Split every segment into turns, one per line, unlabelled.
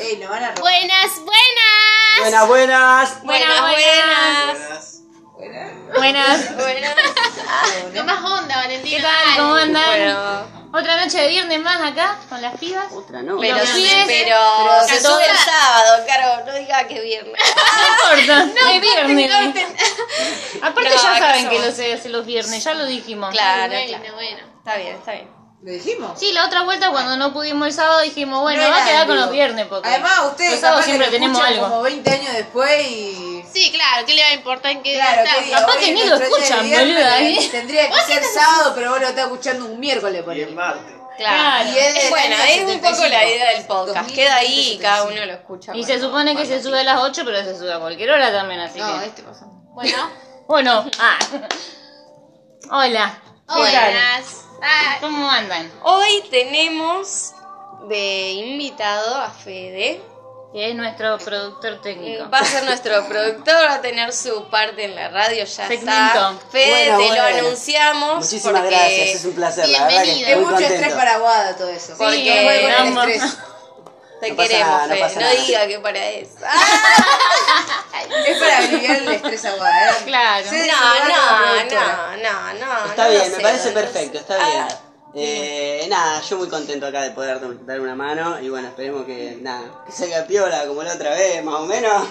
Ay, nos van a robar.
Buenas, buenas.
Buenas, buenas.
Buenas, buenas.
Buenas.
Buenas.
¿Qué más onda, Valentina?
¿Qué tal? ¿Cómo
Ay,
andan?
Bueno,
Otra noche de viernes más acá con las pibas.
Otra no.
pero,
los
sí,
viernes,
pero
pero
se
Catuta.
sube el sábado, claro, no diga que viernes.
No importa, es viernes.
corten.
Aparte
No,
ya
acá
saben que
somos.
lo se hace los viernes, ya lo dijimos.
Claro,
Bueno,
claro.
bueno.
Está bien, está bien.
¿Lo dijimos?
Sí, la otra vuelta cuando no pudimos el sábado dijimos, bueno,
No
va a
era
quedar con
en
los
vivo.
viernes porque
Además, ustedes
los
capaz que
sábados siempre
lo
tenemos
escuchan
algo.
como 20 años después y...
Sí, claro, ¿qué le va a importar en qué
Claro,
día
¿qué
estamos?
digo?
Capaz
Hoy
que
es
ni lo
nuestro día de
escuchan,
viernes,
boluda,
¿eh?
¿eh?
Tendría que ser sábado, pero vos lo estás escuchando un miércoles, por
Y es martes.
Claro.
Y es del
Bueno,
año
es un poco
75.
la idea del podcast.
2000,
Queda ahí y
75.
cada uno lo escucha.
Y
cuando-
se supone que
cuando
se sube a las 8, pero se sube a cualquier hora también, así
quiera. No,
que...
este pasa.
Bueno,
Bueno, ah. Hola,
buenas.
Ah.
Ay,
¿cómo andan?
Hoy tenemos de invitado a Fede. Eh,
Que es nuestro productor
Eh,
técnico.
Va a ser nuestro productor, va a tener su parte en la radio, ya está.
Segmento.
Fede,
Bueno,
te
bueno.
lo anunciamos.
Muchísimas
porque-
gracias, es un placer, la verdad que
Es
muy
Bienvenido.
mucho estrés
contento.
para Aguada todo eso.
Porque-
no juegue con el
vamos.
estrés.
Te
No pasa
queremos,
nada, no
Fede. No,
pasa nada.
diga que para eso.
Es para aliviar el estrés Aguada, ¿eh?
Claro.
Sí.
no, no,
productora.
no, no, no.
Está
no
bien,
sé, Ah,
me parece
no
perfecto,
sé.
está bien. Eh, nada, yo muy contento acá de poder dar- dar una mano y bueno, esperemos que nada, que salga piola como la otra vez, más o menos.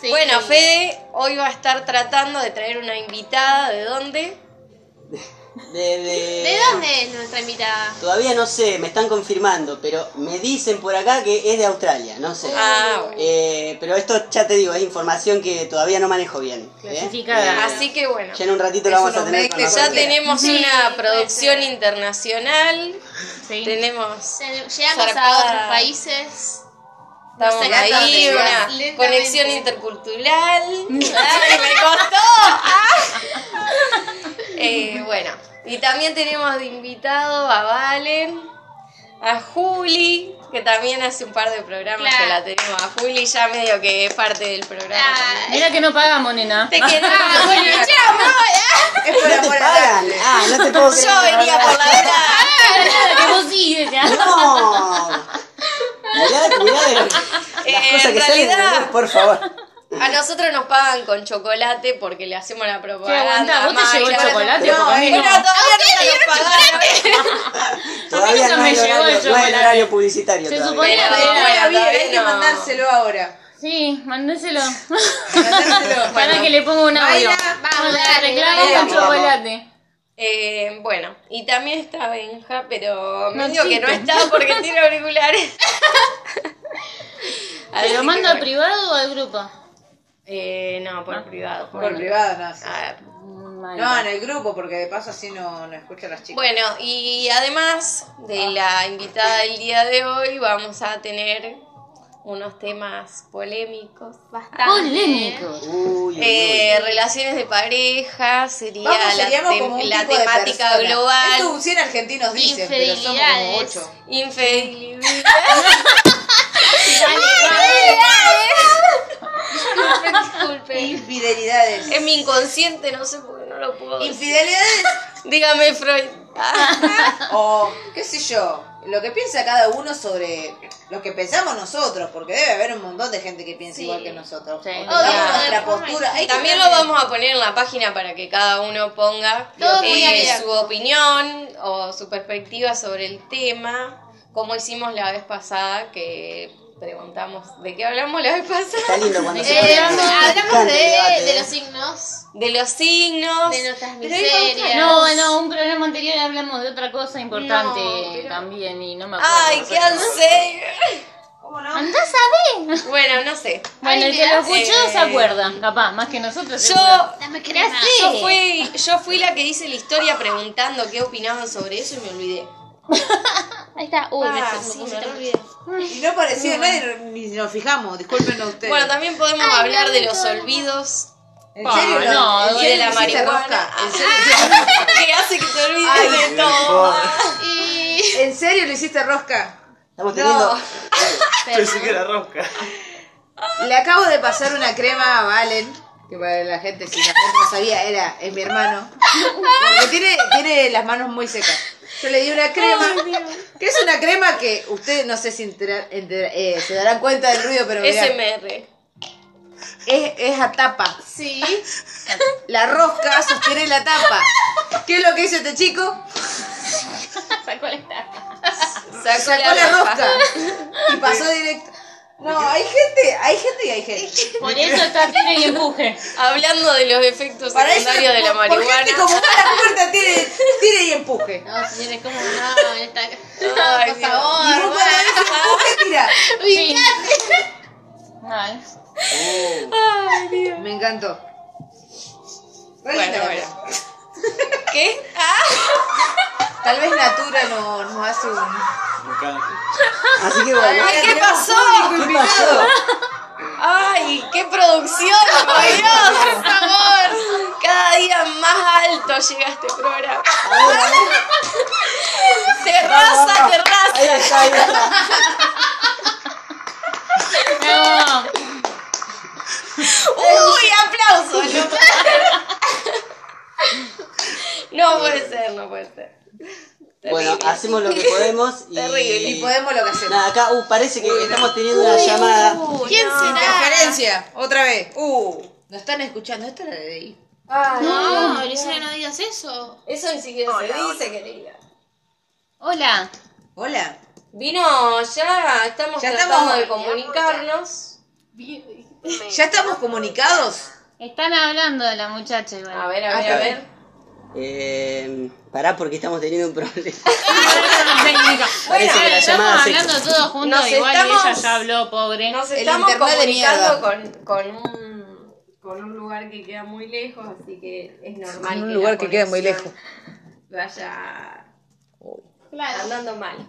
sí.
Bueno, Fede hoy va a estar tratando de traer una invitada. ¿De dónde?
De, de-
¿De dónde es nuestra invitada?
Todavía no sé, me están confirmando, pero me dicen por acá que es de Australia, no sé.
Ah, bueno.
Eh, pero esto ya te digo, es información que todavía no manejo bien. ¿eh?
Clasificada.
Eh,
Así que bueno.
Ya en un ratito la
Es
vamos a
un
tener con
ombligo,
Ya
nosotros.
Cualquiera.
tenemos
Sí,
una
puede
producción
ser.
internacional.
Sí.
Tenemos.
Se- Llegamos
Zarpada.
a otros países.
Estamos
sé,
ahí,
lentamente,
una
lentamente.
conexión intercultural. ¡Ay, me costó! Ah. Eh, bueno, y también tenemos de invitado a Valen, a Juli, que también hace un par de programas que la
Claro.
tenemos. A Juli ya medio que es parte del programa.
Ah,
Mira que no pagamos, nena.
Te quedamos, bueno,
Es por
No te
amor a
pagan.
la-
Ah, no te puedo creer.
Yo venía por la edad.
Nada, que vos sí, decía.
No. Mirá, mirá de- las
Eh,
cosas
en
que salen de
realidad-
Dios, por favor.
A nosotros nos pagan con chocolate porque le hacemos la propaganda.
aguantá, ¿vos te
Mayra.
llegó el chocolate?
No,
Porque a mí
Bueno,
no.
todavía no nos pagaron.
Todavía
nunca
no
me
hay
llegó el
horario, no hay
chocolate.
horario publicitario
Se
todavía.
supone
Pero
Bueno,
ahora bien, hay que
bueno.
mandárselo ahora.
Sí, mandéselo.
Mandárselo.
Para que le pongo un audio.
Baila,
Vamos,
vamos,
la
dale,
reclamo
vamos.
con chocolate.
Eh, bueno, y también está Benja, pero
No
me digo que no
existe.
está porque tiene auriculares.
¿Te
Así
lo
que
mando al
bueno.
privado o al grupo?
Eh, no, por privado.
Ah, Por privado, no. sí.
Ah,
No, en el grupo, porque de paso así no, no escucha a las chicas.
Bueno, y además
Ah.
de la invitada del día de hoy, vamos a tener unos temas polémicos. Ah,
bastante.
Polémico.
Uy, uy, uy.
Eh, relaciones de pareja sería
Vamos,
la,
seríamos
tem-
como un
la
tipo de
temática
persona.
global.
Esto un 100 argentinos dicen, pero somos como
Infidelidades.
8.
Infidelidad.
Disculpe.
Infidelidades.
Es mi inconsciente, no sé por qué no lo puedo. decir.
Infidelidades
Dígame, Freud. Ah.
o qué sé yo, lo que piensa cada uno sobre lo que pensamos nosotros, porque debe haber un montón de gente que piensa
Sí.
igual que nosotros.
Sí.
O tengamos
Obvio,
nuestra
obvio.
postura. hay que
También lo
tener-
vamos a poner en la página para que cada uno ponga
Todo
eh,
muy abierto.
su opinión o su perspectiva sobre el tema, como hicimos la vez pasada que preguntamos de qué hablamos la vez pasada.
Está lindo cuando se
Eh,
pone-
hablamos
Bastante
de,
debate,
de
eh.
los signos,
De los signos.
de nuestras
Pero ahí vamos a-
miserias.
No, no, un programa anterior hablamos de otra cosa importante
No, pero-
también y no me acuerdo.
Ay, qué ansiedad.
¿Cómo no?
Andá a ver.
Bueno, no sé.
Bueno, el que
mira,
lo escuchó
eh,
se acuerda, capaz, más que nosotros.
Yo,
seguro.
Dame crema.
Sí.
Ah, yo, fui, yo fui la que hice la historia preguntando qué opinaban sobre eso y me olvidé.
Ahí está. Uy, me
Ah,
puse-
sí,
me
me
puse-
re olvidé.
Y no pareció nadie, ni nos fijamos, disculpen a ustedes.
Bueno, también podemos
Ay,
hablar
no,
de
no,
los
no.
olvidos
¿En serio?
Ah, no,
¿En
y
serio
de la
me hiciste
marihuana.
rosca? ¿En serio?
que hace que te olvides
Ay,
de
Dios,
todo.
Y.
¿En serio le hiciste rosca?
Estamos teniendo.
Pensé que era rosca.
Le acabo de pasar una crema a Valen, que para la gente, si la gente no sabía, era, es mi hermano. Porque tiene, tiene las manos muy secas. Yo le di una crema. que es una crema que ustedes no sé si entera- entera- eh, se darán cuenta del ruido, pero mirá,
SMR.
es, es a tapa.
Sí.
La rosca sostiene la tapa. ¿Qué es lo que hizo este chico?
Sacó la estafa.
Sacó
Sacó la rosca y pasó directo. No, hay gente, hay gente y hay gente.
Por eso está tiene y empuje.
Hablando de los efectos
Para eso,
secundarios de la
por, por gente
marihuana.
como vos, la puerta tiene, tiene y empuje.
No, señores, ¿cómo no? Está...
Ay,
por
Dios.
favor.
Y vos cuando ves empuje, tira.
Sí. Mal.
Me encantó.
Bueno, bueno. ¿Qué? Ah,
Tal vez Natura no, nos hace un.
Un canje.
Así que bueno.
Ay, ¿qué
Tenemos
pasó?
público
¿Qué
invitado.
pasó?
¡Ay, qué producción! ¡Por Dios, por favor! Cada día más alto llega este programa. ¡Terraza, terraza!
Ahí está, ahí está.
No.
¡Uy, aplausos! No, No puede ser, no puede ser.
Bueno, hacemos lo que podemos y.
Terrible.
Y podemos lo que hacemos.
Nada, acá, uh, parece que estamos teniendo una llamada.
¿Quién será?
Interferencia, otra vez. Uh, nos están escuchando. Esto era de ahí.
No, Luciana, no digas eso.
Eso ni siquiera se dice, querida.
Hola.
Hola.
Vino, ya estamos
Ya
tratando
estamos.
de comunicarnos.
¿Ya estamos comunicados?
Están hablando de la muchacha igual.
A ver, a ver, a ver.
Eh, pará porque estamos teniendo un problema.
Bueno,
Parece que la llamada
Estamos
se.
hablando todos juntos
Nos
igual y ella
estamos-
ya habló, pobre.
Nos
El
estamos
internet de
comunicando con, con un con un lugar que queda muy lejos, así que es normal.
En un
la
lugar que queda muy
conexión
lejos.
Vaya andando mal.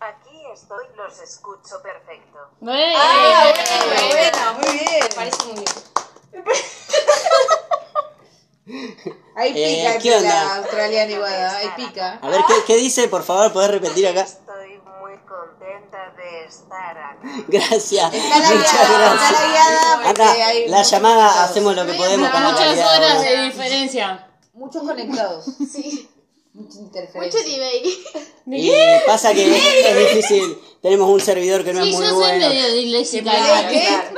Aquí estoy, los escucho perfecto.
Bueno. eh,
Ah, bueno,
Bueno,
bueno,
muy bien.
me parece muy bien.
Ahí
Eh,
pica, ahí
¿qué
pica
onda?
australiana iguada, ahí pica.
A ver, ¿qué, qué dice? Por favor, podés repetir acá.
Estoy muy contenta de estar aquí.
Gracias.
Está la
Muchas
guiada,
gracias.
está la guiada porque
Acá,
hay
la
muchos
llamada
conectados.
hacemos lo que podemos con la
Muchas
calidad
horas
ahora.
de diferencia.
Muchos conectados. Sí. Mucha interferencia.
Mucho debate.
Y pasa que es difícil. Tenemos un servidor que no
Sí,
es muy
yo soy
bueno.
medio disléxica.
Claro,
igual.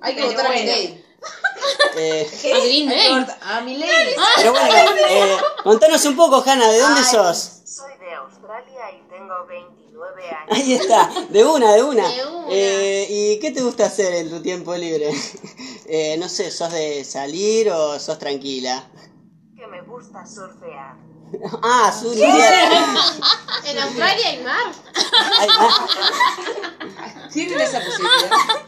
Hay que votar a mi ley.
Eh,
A Green Day.
A mi ley.
pero bueno, eh, contanos un poco, Hanna, ¿de dónde sos?
Soy de Australia y tengo 29 años.
Ahí está, de una, de una.
De una.
Eh, ¿Y qué te gusta hacer en tu tiempo libre? Eh, no sé, ¿sos de salir o sos tranquila?
Que me gusta surfear.
Ah, Zulia.
En Australia hay mar.
Ay, ah,
Tienen esa posibilidad.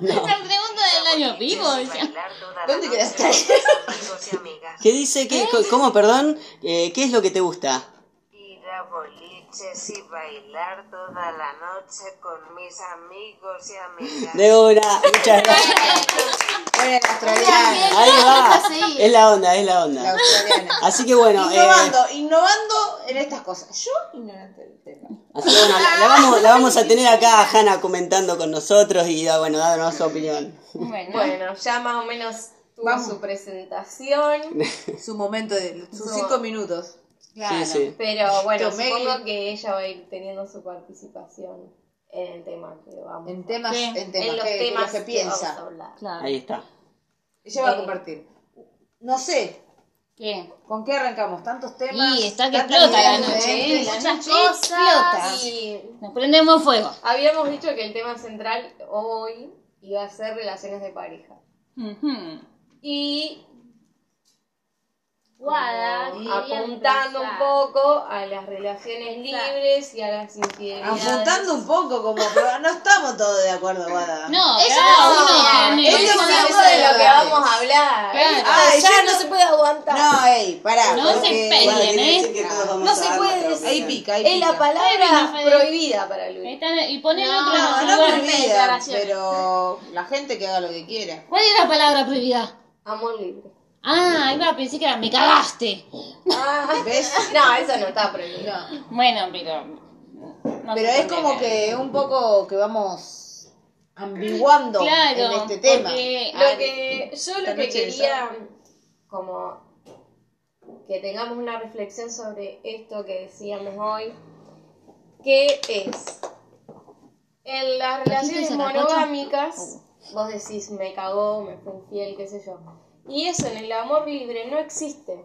La pregunta del año vivo.
Y
o sea.
bailar toda
¿Dónde
la noche
quedaste?
con mis amigos y amigas.
¿Qué dice? ¿Qué, co- ¿Cómo, perdón? Eh, ¿Qué es lo que te gusta?
Ir a boliches y bailar toda la noche con mis amigos y amigas.
De una, muchas gracias.
Bueno, la australiana.
Ahí va. Es la onda, es la
La
onda.
australiana.
Así que bueno, eh,
Innovando, innovando en estas cosas. Yo ignorante del tema.
así que bueno, la, la vamos, la vamos a tener acá a Hanna comentando con nosotros y ah, bueno, dándonos su opinión.
Bueno.
Bueno, ya más o menos tuvo
Vamos.
su presentación,
Su momento de sus
Su-
cinco minutos.
Sí, sí.
pero bueno,
Tomé-
supongo que ella va a ir teniendo su participación en el tema que vamos.
En temas,
Sí.
en temas,
en los
que, que
temas
lo que
que vamos a
piensa.
hablar.
Claro.
Ahí está.
Ella va a
Eh.
compartir. No sé,
¿Qué?
¿con qué arrancamos? Tantos temas.
Y está que
tantas
explota la
ideas, ¿eh?
noche. ¿eh? La noche
Explota.
explota. Nos prendemos fuego.
Habíamos dicho que el tema central hoy iba a ser relaciones de pareja.
Ujú.
Y
Guada,
como
quería
apuntando un
empezar.
poco a las relaciones libres y a las infidelidades.
Apuntando un poco, como pero no estamos todos de acuerdo, Guada.
No,
Ella
Ah,
cada
no,
Ah, uno tiene-
ella
Eso
no
es algo
sabe
de lo que
hablar.
vamos a hablar.
Claro.
Ay,
Ah, ya
yo
no
no-
se puede aguantar.
No, ey, pará.
No se
porque-
peleen,
Guada,
¿eh?
tiene-
No se puede decir.
Ahí pica, ahí
es
pica.
la palabra
Bueno, Fede.
prohibida para
Ahí
Luis.
está, Y poner
No,
otro en
No,
otro
no
lugar.
prohibida,
declaraciones.
pero la gente que haga lo que quiera.
¿Cuál es la palabra prohibida?
Amor libre.
Ah, ahí va, pensé que era me cagaste.
Ah.
¿Ves?
No, eso no está prohibido.
No.
Bueno, pero. no
Pero
sé
es
por qué
como
me-
que un poco que vamos ambiguando
Claro,
en este tema.
porque-
Lo que yo lo
Esta
que
noche de
quería como que tengamos una reflexión sobre esto que decíamos hoy, que es, en las relaciones
a la cocha?
monogámicas,
Oh.
vos decís, me cagó, me fue infiel, qué sé yo. Y eso en el amor libre no existe.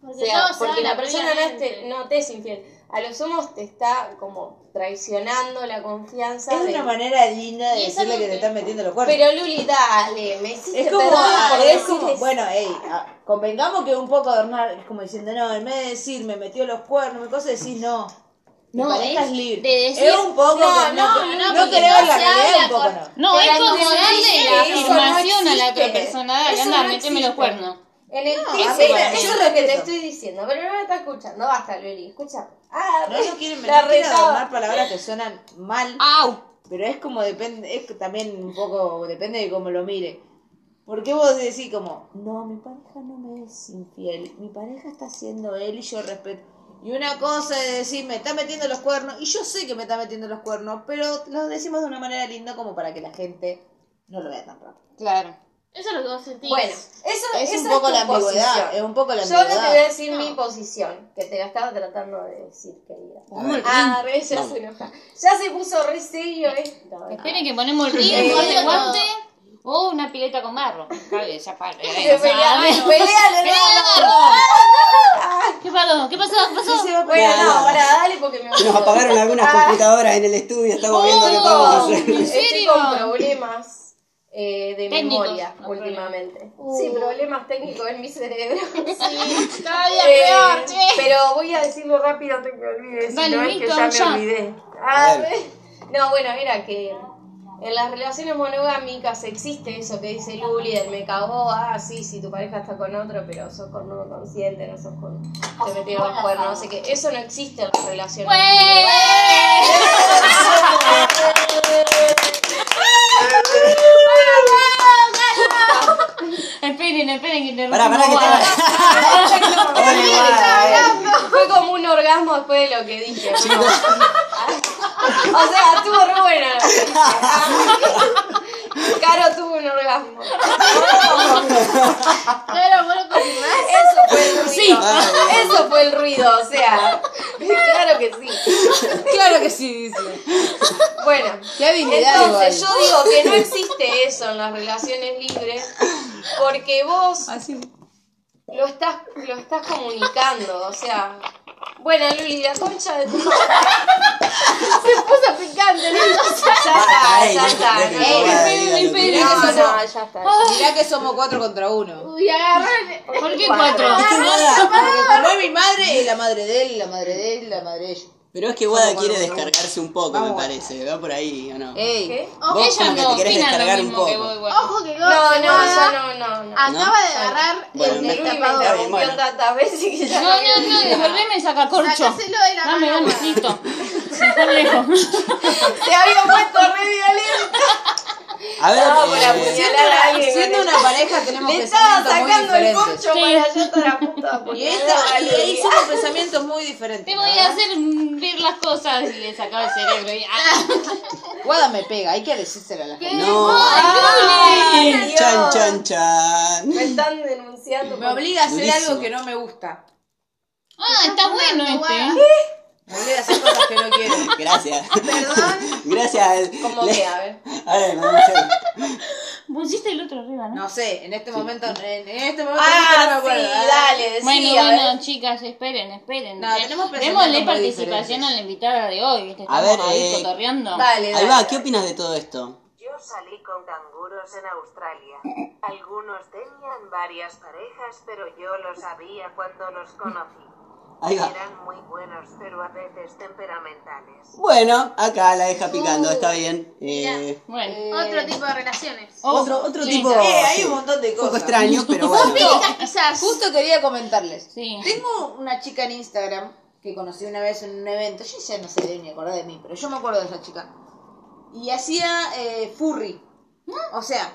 Porque,
O sea,
todos
porque
saben
la persona no
previamente.
te, no te es infiel. A lo sumo te está como traicionando la confianza.
Es
de-
una manera linda de
Y es
decirle
algo
que te
que-
están metiendo los cuernos.
Pero Luli, dale, me hiciste
Es como,
perder
ah,
por
es
decir
como-
eso.
bueno, ey, ah, convengamos que un poco adornar, es como diciendo, no, en vez de decir, me metió los cuernos, me cosa, decís, no. mi
No,
pareja
es
es libre.
de decir-
es un poco,
no,
que
no,
no,
no,
no
porque
creo en
no
la
se
realidad, un
habla
poco
con-
no.
No,
Pero
es como
entonces
darle
eso
la
no
afirmación a la
existe.
otra persona, dale,
Eso
anda,
no
meteme
existe.
los cuernos.
En el
No,
sí,
a mí
sí,
me-
eso
yo
es lo que te
respeto.
estoy diciendo, pero no me está escuchando. Basta, Luli, escucha. Ah,
No, no quieren,
la
no quiero
retaba.
adornar palabras que suenan mal,
¡Au!
pero es como depende, es que también un poco, depende de cómo lo mire. Porque vos decís como, no, mi pareja no me es infiel, mi pareja está haciendo él y yo respeto. Y una cosa es decir, me está metiendo los cuernos, y yo sé que me está metiendo los cuernos, pero lo decimos de una manera linda como para que la gente no lo vea tan rápido.
Claro.
Eso es lo que vos sentís.
Bueno, eso
Es
esa
un poco
tu
la ambigüedad,
posición.
es un poco la
Yo no te
ambigüedad.
voy a decir mi posición, que te la estaba tratando de decir, querida. Ah, re, ya se enoja. Ya se puso re serio esto.
Esperen que ponemos el ring,
Eh,
guante,
no.
guante o una pileta con barro. Cabe, ya falta.
Pelea, pelea,
¿Qué pasó? ¿Qué pasó? ¿Qué pasó?
Ah, Sí, se va a
Bueno,
pegar.
no, ahora dale porque me
Nos apagaron algunas
Ah.
computadoras en el estudio, estamos viendo lo que
Oh,
vamos a
estoy
hacer.
serio?
con problemas eh, de
Técnicos.
memoria
No,
últimamente. Sí, problemas técnicos en mi cerebro.
Sí, cada día
Eh,
peor, che.
pero voy a decirlo rápido antes que me olvide. si
Dale,
no es que
Milton,
ya me
ya.
olvidé. Ah,
Dale.
no, bueno, era que en las relaciones monogámicas existe eso que dice Luli del me cagó. Ah, sí, sí, tu pareja está con otro, pero sos con uno consciente, no sos con. Te metieron los cuernos, no sé qué. Eso no existe en las relaciones.
Esperen, esperen que te
Pará, pará, que estaba. Hola, Mara, eh.
Fue como un orgasmo después de lo que dije. ¿no? o sea, estuvo re buena. la noche. Caro tuvo un orgasmo.
Pero vos lo confirmás.
Eso fue el ruido.
Sí.
Eso fue el ruido, o sea. Claro que sí.
Claro que sí, dice.
Bueno.
Qué habilidad
Entonces
igual.
yo digo que no existe eso en las relaciones libres porque vos lo estás lo estás comunicando, o sea, bueno Luli, la concha de tu madre. Se puso picante, ¿no? Ya está,
Basta, ey,
ya
dejen-
está.
dejen
no.
jugar,
Ey,
digan lo que
ey,
quieran.
No, no, ya está.
Mirá que somos cuatro contra uno.
Uy, agarrale.
¿Por qué cuatro?
Ah,
Porque como es mi madre, es la madre de él, la madre de él, la madre de ella.
Pero es que Guada
Vamos,
quiere
vamos,
descargarse un poco, me
Vamos.
parece. Va por ahí, ¿o no?
Ey.
¿Qué?
Vos como que te querés
opinan
descargar
lo
un
mismo que vos
poco.
igual.
Ojo que
No, Eh, no,
Goya
ya no, no, no.
acaba de
No.
agarrar
Bueno,
el
me-
Luli Ah, me
Está
destapador.
bien,
interrumpió
bueno.
tantas veces que ya
No, no, no, devolveme saca corcho.
Sacáselo de la
Dame,
mano.
dame,
Goya.
listo. Mejor lejos.
se había puesto re violento.
A ver,
No, por
eh,
apuñalar a alguien.
Siendo una pareja tenemos
Le estaba
pensamientos muy
sacando el
diferentes.
corcho para allá hasta la puta
Y, esta, y ahí
apuñalada.
somos pensamientos muy diferentes.
Te
la
voy a
verdad.
hacer ver las cosas y le sacaba el cerebro. Y, ah,
Guada me pega, hay que decírselo a la gente.
No.
Ay, Dios.
Chan, chan, chan.
Me están denunciando.
Me
por-
obliga a hacer
Durísimo.
algo que no me gusta.
ah, está bueno este.
Me obliga a hacer cosas que no quiero.
Gracias. Gracias. eh.
Como
Le-
que, a ver.
A ver, vamos a ver.
Pusiste el otro arriba, ¿no?
No sé, en este momento, en, en este momento justo no me
Ah, sí,
acuerdo. Ah,
dale, decí,
Bueno,
a ver.
bueno, chicas, esperen, esperen.
No, tenemos
Démosle
pensamientos muy
participación
diferentes.
a la invitada de hoy, que
A
estamos
ver,
ahí
eh,
cotorreando.
Dale, dale.
Ahí va, ¿qué opinas de todo esto?
Yo salí con canguros en Australia. Algunos tenían varias parejas, pero yo los sabía cuando los conocí.
Ahí va.
Eran muy buenos, pero a veces temperamentales.
Bueno, acá la deja
Uh.
picando, está bien. Eh,
Bueno. Oh,
Otro tipo de relaciones.
otro otro
sí.
tipo.
Eh, hay
sí,
un montón de
un poco
cosas.
extraño, pero bueno.
Chicas, quizás.
Justo quería comentarles.
Sí.
Tengo una chica en Instagram que conocí una vez en un evento. Yo ya no sé de ni acordar de mí, pero yo me acuerdo de esa chica. Y hacía eh, furry. O sea,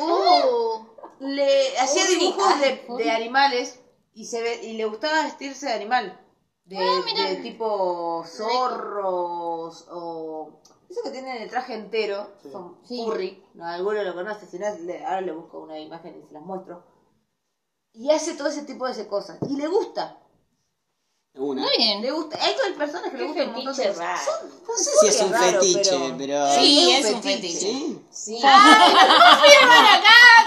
Uh.
le hacía dibujos de, de animales y se ve- y le gustaba vestirse de animal. De, de tipo zorros o... Eso que tienen el traje entero, son furry. No, alguno lo conoce, si no, le- ahora le busco una imagen y se las muestro. Y hace todo ese tipo de ese cosas. Y le gusta.
Una.
Muy bien.
Le gusta. Hay con personas que le
Qué
gustan un montón de
fetiche
cosas.
raro.
Son- no sé
Sí,
si
es un
raro,
fetiche, pero.
Sí, es un fetiche.
¿Sí?
Sí.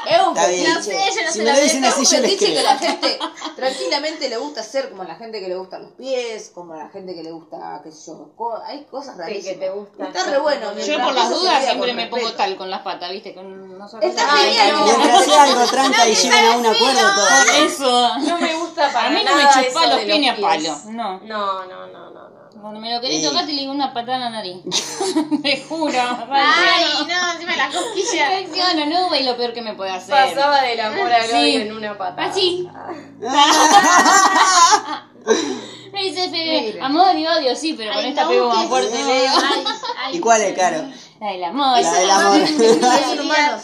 Es un
Está bien.
fetiche.
yo no
si
se
me
la
lo
veo,
dicen así,
Es
yo
un
les
fetiche que
creo.
la gente tranquilamente le gusta hacer, como la gente que le gustan los pies, como la gente que le gusta, qué sé yo, co- hay cosas rarísimas.
que te gusta.
Está re bueno.
Yo
Yo
mientras
por las
eso se
dudas
vea
siempre
con
me
respeto.
pongo tal con las patas, viste, con no saco
Está
nada.
genial.
Ay,
Mientras sea algo tranca y lleguen a un acuerdo, todo bien.
Eso.
No me gusta para
A mí no me
nada eso
chupa
de
los pies ni a palo.
pies.
No.
No, no, no, no, no.
Cuando me lo querés
Sí.
tocar te le digo una patada en la nariz. Te juro.
Ay,
Ay,
no, encima la cosquilla.
no, no, no, güey, lo peor que me puede hacer.
Pasaba del amor al
Sí. Ah,
odio en una patada.
Así. Me dice Fede,
Mire.
amor y odio, sí, pero con
Ay,
esta
no,
pego más
que-
fuerte, Leo.
Ay, ay,
¿Y cuál es, Caro?
La del amor.
La del amor.
Son humanos.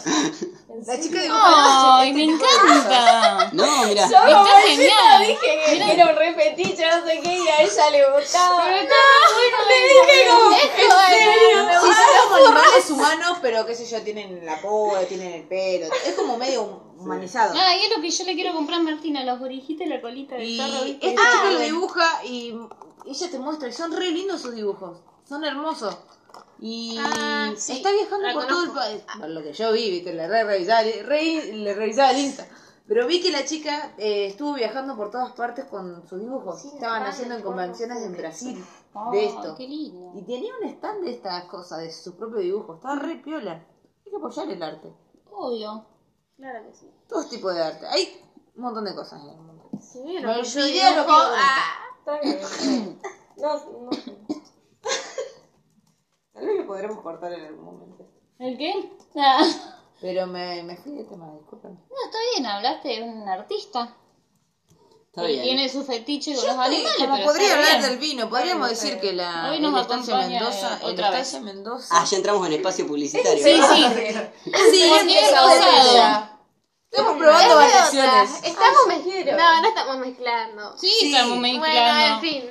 La chica dijo,
Ay, me encanta.
No, mira.
Yo como
Está
encima
genial.
dije que quiero repetir, yo no sé qué, y a ella le gustaba.
Pero está bueno.
Le dije como, ¿en serio?
Sí, son como animales humanos, pero qué sé yo, tienen la cola, tienen el pelo. Es como medio humanizado.
Nada, y es lo que yo le quiero comprar a Martina, los orejitas y la colita del
Y este
perro.
esta
¿viste? Ah,
Ah,
chica lo dibuja y ella te muestra. Y son re lindos sus dibujos. Son hermosos. Y
Ah, sí,
está viajando
la
por todo el país. Por lo que yo vi, viste, le re revisaba, el- re- le revisaba el Insta. Pero vi que la chica eh, estuvo viajando por todas partes con sus dibujos. Estaban haciendo en convenciones en Brasil
Oh,
de esto.
Ay, oh, Qué lindo.
Y tenía un stand de estas cosas, de sus propios dibujos. Estaba re piola. Hay que apoyar el arte.
Obvio.
Claro que sí.
Todo tipo de arte. Hay un montón de cosas en el mundo.
Si vieron
Bueno,
que
yo
yo
diría lo que
dibujo,
digo.
ah,
Está bien, está bien. No, no.
Tal vez lo podremos cortar en algún momento.
¿El qué? Ah,
Pero me, me fui de tema, disculpen.
No, está bien, hablaste de un artista.
Está
que
bien.
Tiene su fetiche con
Yo
los animales.
estoy- como
pero
podría
está
hablar
bien.
del vino, podríamos decir que la
Hoy nos
el estancia
acompaña, eh,
Mendoza, el
otra vez.
estancia Mendoza.
Ah, ya entramos en espacio publicitario.
Sí,
¿verdad?
sí.
sí,
porque es rosado.
Estamos probando
es de
vacaciones.
otra. Estamos
Ay, yo quiero.
mezclando. No, no estamos mezclando.
Sí, estamos
Bueno, en
mezclando.
fin.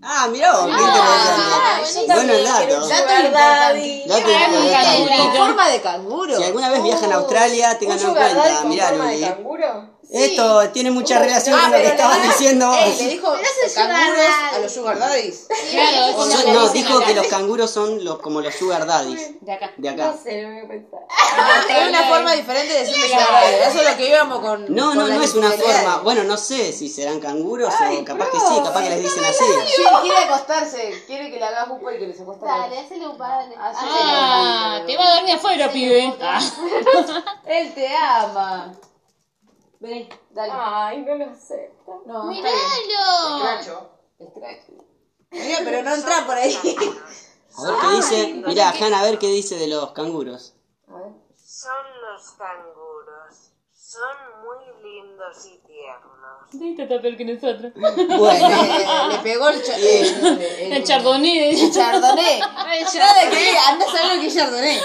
Ah, mirá vos, qué
Ah,
interesante.
yo
Bueno, el
también quiero
dato.
jugar
Dato
daddy.
Dato
Ah,
importante.
mira,
Con
Canguro.
forma de canguro.
Si alguna vez viajan a Australia,
¿Un
tenganlo en
sugar daddy
cuenta.
con
Mirá,
forma de
Luli.
canguro?
Esto tiene mucha relación
Ah,
con lo que
pero le
estabas
da-
diciendo.
Ey, Eh, le dijo
es sugar
canguros
daddy.
a los sugar daddies.
Claro, es como
Son-
la
no,
dicen
dijo
acá.
que los canguros son los, como los sugar daddies
De acá.
de
No
acá.
sé, no voy a pensar.
es una forma diferente de decirle sugar daddy. Eso es lo que íbamos con.
No,
con
no,
las
no es una
infidelidades.
forma. Bueno, no sé si serán canguros o capaz que sí, capaz que les dicen así.
Sí, quiere acostarse, quiere que le hagas un y que les acoste.
Dale, hazle un padre.
Así
Ah,
que
te
no,
va a dormir afuera, pibe. Ah.
Él te ama. Vení, dale.
Ay, no lo sé.
No, está bien.
¡Míralo!
Scratch. Mira, pero no entra por ahí.
A ver qué dice. Mirá, Hanna, a ver qué dice de los canguros.
Son los canguros. Son muy lindos y tiernos.
Esto está peor que nosotros.
Bueno,
Eh, le pegó el, cha- el, el-
El chardonnay.
el chardonnay. Nada que anda a saber lo que es chardonnay.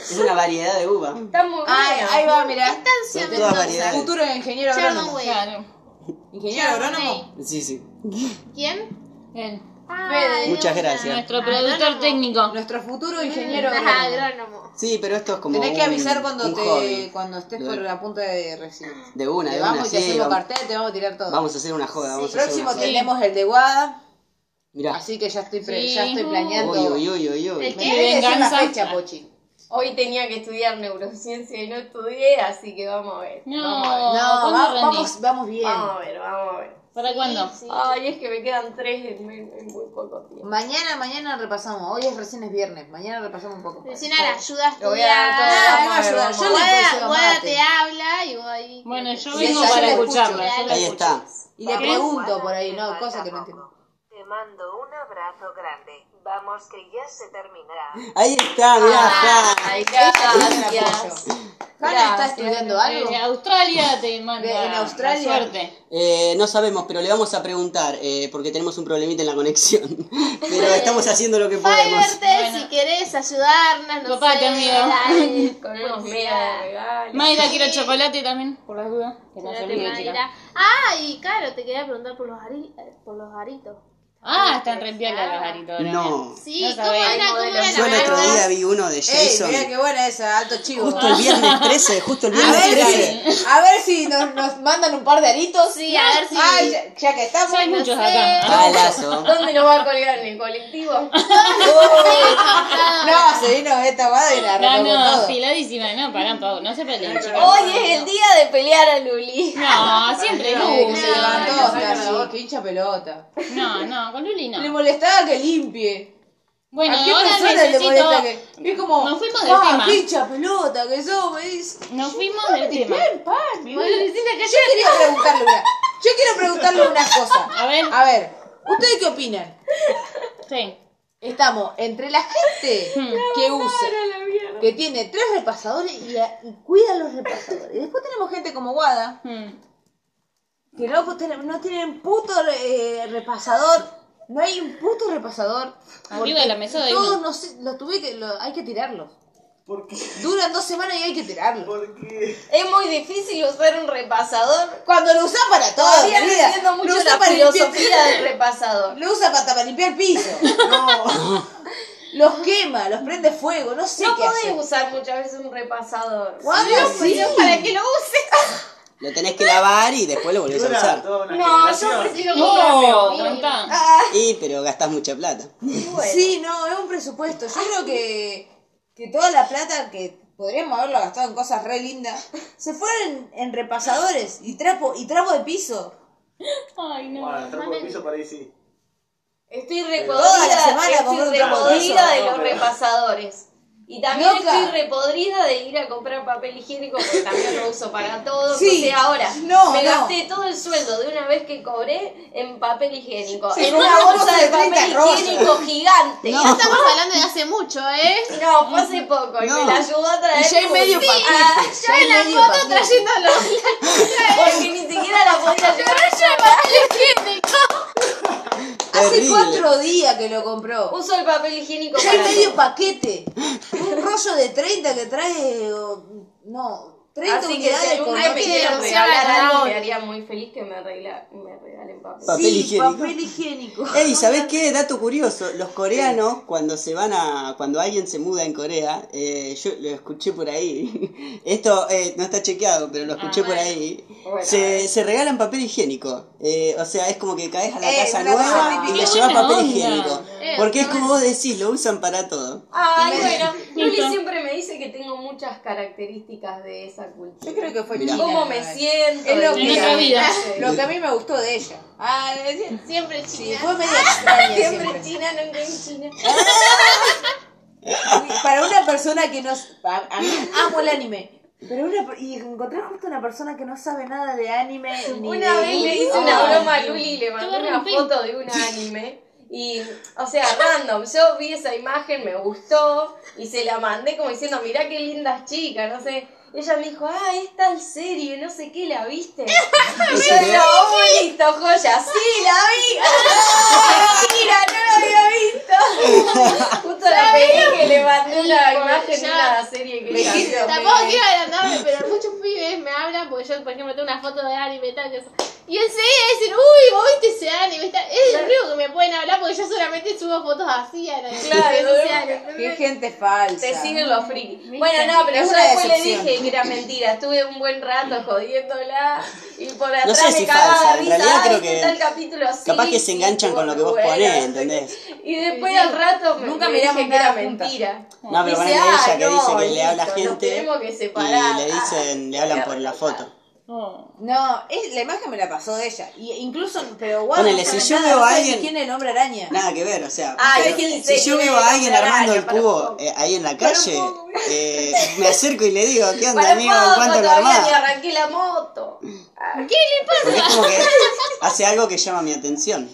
es una variedad de uva.
Está muy
Ay, ahí va, mira.
Son todas variedades.
Futuro ingeniero agrónomo.
Chardonnay.
Claro.
Ingeniero agrónomo.
Sí, sí.
¿Quién?
Él,
Ah,
Muchas
Dios,
gracias.
Nuestro productor técnico.
Nuestro futuro ingeniero
Ah,
agrónomo.
Agrónomo.
Sí, pero esto es como.
Tenés que
un-
avisar cuando
un
te
hobby.
cuando estés
Lo
por
de-
la punta de recibir.
De una,
Te
de una.
vamos y te
sí,
hacemos
vamos,
cartel, te vamos a tirar todo.
vamos a hacer una joda. Vamos a hacer
Próximo
una joda.
tenemos el de Guada,
Mirá.
así que ya estoy pre-
Sí.
ya estoy planeando.
Uy, uy, uy, uy, uy.
Me
¿Qué?
tiene que decir la
Venganza.
fecha, Pochi.
Hoy tenía que estudiar neurociencia y no estudié, así que vamos a ver.
No,
No,
¿cuándo
va-
rendís?
vamos, vamos bien.
Vamos a ver, vamos a ver.
¿Para cuándo?
Ay, es que me quedan tres en, en- en muy poco tiempo.
Mañana, mañana repasamos. Hoy es recién es viernes. Mañana repasamos un poco.
Luciana la ayuda a
Lo voy a dar todo.
estudiar.
Ah, me va a
vamos,
ayudar.
vamos.
Yo le
Guada,
cocino
Guada
mate.
te habla y vos ahí.
Bueno, yo
Sí,
vengo
esa yo
para
la escucho.
escucharla. yo la
Ahí
escucho.
está.
Y le pregunto por ahí, no, cosas que no entiendo.
Te mando un abrazo grande. Vamos que ya se terminará.
Ahí está, mirá,
Ah.
Jana.
Ay,
Gracias.
Hanna está
Gracias.
estudiando algo.
De Eh, Australia te manda.
De- en Australia.
la Suerte.
Eh, no sabemos, pero le vamos a preguntar, eh, porque tenemos un problemita en la conexión. pero estamos haciendo lo que podemos.
Fiberte,
Bueno.
si querés ayudarnos, no
Papá,
sé.
te amigo.
dale.
Con unos mega regalos.
Mayra quiero chocolate también, por las dudas. Que no se
Espérate,
olvide, chica.
Mayra. Ah, y claro, te quería preguntar por los, ari- eh, por los aritos.
Ah, están re piola los aritos. ahora.
No.
Sí,
No
¿cómo
sabía.
era? ¿Cómo
Hay
era?
Yo el otro
marca?
día vi uno de
Ey,
Jason.
mirá qué buena esa, alto chivo.
Justo el viernes 13, justo el
A
viernes
ver,
13.
si- a ver si nos, nos mandan un par de aritos.
Sí, a ver si-
Ay, ya, ya que estamos.
Ya hay
no
muchos
sé.
acá.
Palazo.
¿Dónde nos va a colgar? ¿En el colectivo?
No, se vino esta madre y la
No,
retó con
no,
todo.
afiladísima, no, pará, Pau, no se peleen, chicos.
Hoy es el día de pelear a Luli.
No, siempre
Sí, que
Luli.
se levantó
no,
casi,
no, no.
que hincha pelota.
No, no, con Luli
Le
no.
molestaba que limpie.
Bueno,
¿A qué
ahora
persona le molesta
necesito...
que.? Es como.
Nos fuimos del
"Ah,
tema".
qué hincha pelota que sos, me dice.
Nos fuimos del tema.
Bien, pan, mi vida. Yo quería preguntarle una. Yo quiero preguntarle una cosa.
A ver.
A ver, ¿ustedes qué opinan?
Sí.
Estamos entre la gente
Hmm.
que usa, que tiene tres repasadores y, la- y cuida los repasadores. Y después tenemos gente como Guada,
Mm.
que no, pues, ten- no tienen puto eh, repasador. No hay un puto repasador. porque
Arriba de la mesa hay
Todos
uno.
los, los tuve que. lo- hay que tirarlos. Duran dos semanas y hay que tirarlos.
Es muy difícil usar un repasador.
Cuando lo usás para todo,
Todavía no
querida.
entiendo mucho
lo usás
la
para
filosofía
limpiar-
del repasador.
Lo usa para, para limpiar el piso. Los quema, los prende fuego, no sé
No
qué hace.
podés usar muchas veces un repasador.
Guada, sí.
¿Para qué lo uses?
Lo tenés que lavar y después lo volvés a
Dura
usar.
toda una
No, yo
generación.
prefiero comprarme
Oh,
uno.
contá.
Ah,
Y pero gastás mucha plata.
Sí, no, es un presupuesto. Yo creo que, que toda la plata que podríamos haberlo gastado en cosas re lindas, se fueron en, en repasadores y trapo, y trapo de piso.
Ay, no.
Bueno, trapo de piso para ahí sí.
Estoy
Toda la
repodrida,
semana
estoy
compré un trapo de
repodrida
eso.
de los
No, pero-
repasadores. Y también
Loca.
estoy repodrida de ir a comprar papel higiénico porque también lo uso para todo.
Sí.
O sea, ahora
No,
me
no.
gasté todo el sueldo de una vez que cobré en papel higiénico.
Sí,
en
con
una
una
bolsa
bolsa
de
de 30
papel
rollos.
higiénico gigante.
Ya estamos hablando de hace mucho, ¿eh?
No, fue hace poco y
No.
me la ayudó a traer.
Y ya hay
como-
medio
Sí,
paquete.
ah,
Ya hay
en la
medio
foto
paquete.
trayéndolo.
porque ni siquiera la podía llevar.
Hace
Terrible.
cuatro días que lo compró.
Uso el papel higiénico
Ya hay
para
medio
todo.
paquete. Un rollo de 30 que trae. o- No, 30
Así que si
unidades
algún
con
día me
ocho-
quieren
denunciar al
regalar algo,
dragón.
me haría muy feliz que me, arregla- me regalen papel.
Papel
sí,
higiénico.
papel higiénico.
Ey, ¿sabés qué? Dato curioso, los coreanos cuando se van a, cuando alguien se muda en Corea, eh, yo lo escuché por ahí, esto eh, no está chequeado, pero lo escuché por ahí,
Ah, Bueno.
se, se regalan papel higiénico, Eh, o sea, es como que caes a la
Eh,
casa
una cosa
nueva y
típica.
le
Qué
llevas
buena
papel
onda.
higiénico,
Eh,
porque es
qué
como vos decís, lo usan para todo.
Ay,
Y
bueno, Luli
Listo.
siempre me dice que tengo muchas características de esa cultura.
Yo creo que fue
Mirá.
China.
¿Cómo me
¿no?
siento?
Es lo
y
que-
qué
En otra vida.
hace.
Lo que a mí me gustó de ella. Ah, es-
Siempre
sí,
china.
fue media extraña
Siempre
siempre.
China, nunca en China.
Para una persona que no... A, a mí amo el anime. Pero una, per- y encontré justo una persona que no sabe nada de anime ni
Una
de-
vez le
Ay,
hice una broma a Luli y le mandé
Todo
una
rompí.
foto de un anime. Y, o sea, random, yo vi esa imagen, me gustó y se la mandé como diciendo, mirá qué lindas chicas, no sé. Ella me dijo, ah, es tal serie, no sé qué, ¿la viste? Y yo, no, listo, joya, sí, la vi. ¡Ah, Mentira, no la había visto. Justo la pedí que le mandé una imagen de una serie que ella vio.
Tampoco quiero agrandarme, pero muchos pibes me hablan porque yo, por ejemplo, tengo una foto de anime y tal. que eso. Y enseguida dicen, uy, vos viste ese anime. tal". Es el único que me pueden hablar porque yo solamente subo fotos así a las
Claro,
redes sociales.
Qué
¿entendés?
gente falsa.
Te siguen los frikis. Bueno, no, pero
Es
yo
una
después le
decepción.
dije que era mentira. Estuve un buen rato jodiéndola y por atrás
No sé si
me cagaba de
falsa, en
risa.
realidad
Ay,
creo
¿qué
que-
tal capítulo? Sí,
Capaz que se
sí,
enganchan con lo que vos
bueno.
ponés, ¿entendés?
Y después al rato me,
Nunca
me
miramos
dije que
nada
era
juntas.
mentira.
No, pero
Dice,
ponele
"Ah,
ella que dice
no,
que le habla a
listo, nos
gente
tenemos que separar.
y le dicen, le
Ah,
hablan
qué
por la
revoltada.
foto.
Oh.
No, es, la imagen me la pasó de ella. Y incluso, pero guau,
Ponele,
no
si
sabe
yo
nada,
veo
no
a
sabe ni
alguien-
¿Quién es el hombre araña?
Nada que ver, o sea.
Ay,
pero
¿quién
si
se
yo
quiere
veo a alguien
comprar
armando
araña
el
para
cubo
poco?
eh, ahí en la
Para
calle,
un poco.
eh, me acerco y le digo, ¿qué onda,
Para
amigo? ¿En
poco,
cuánto lo
todavía ni
armás?
Ah, arranqué la moto.
Porque es como que hace algo que llama mi atención.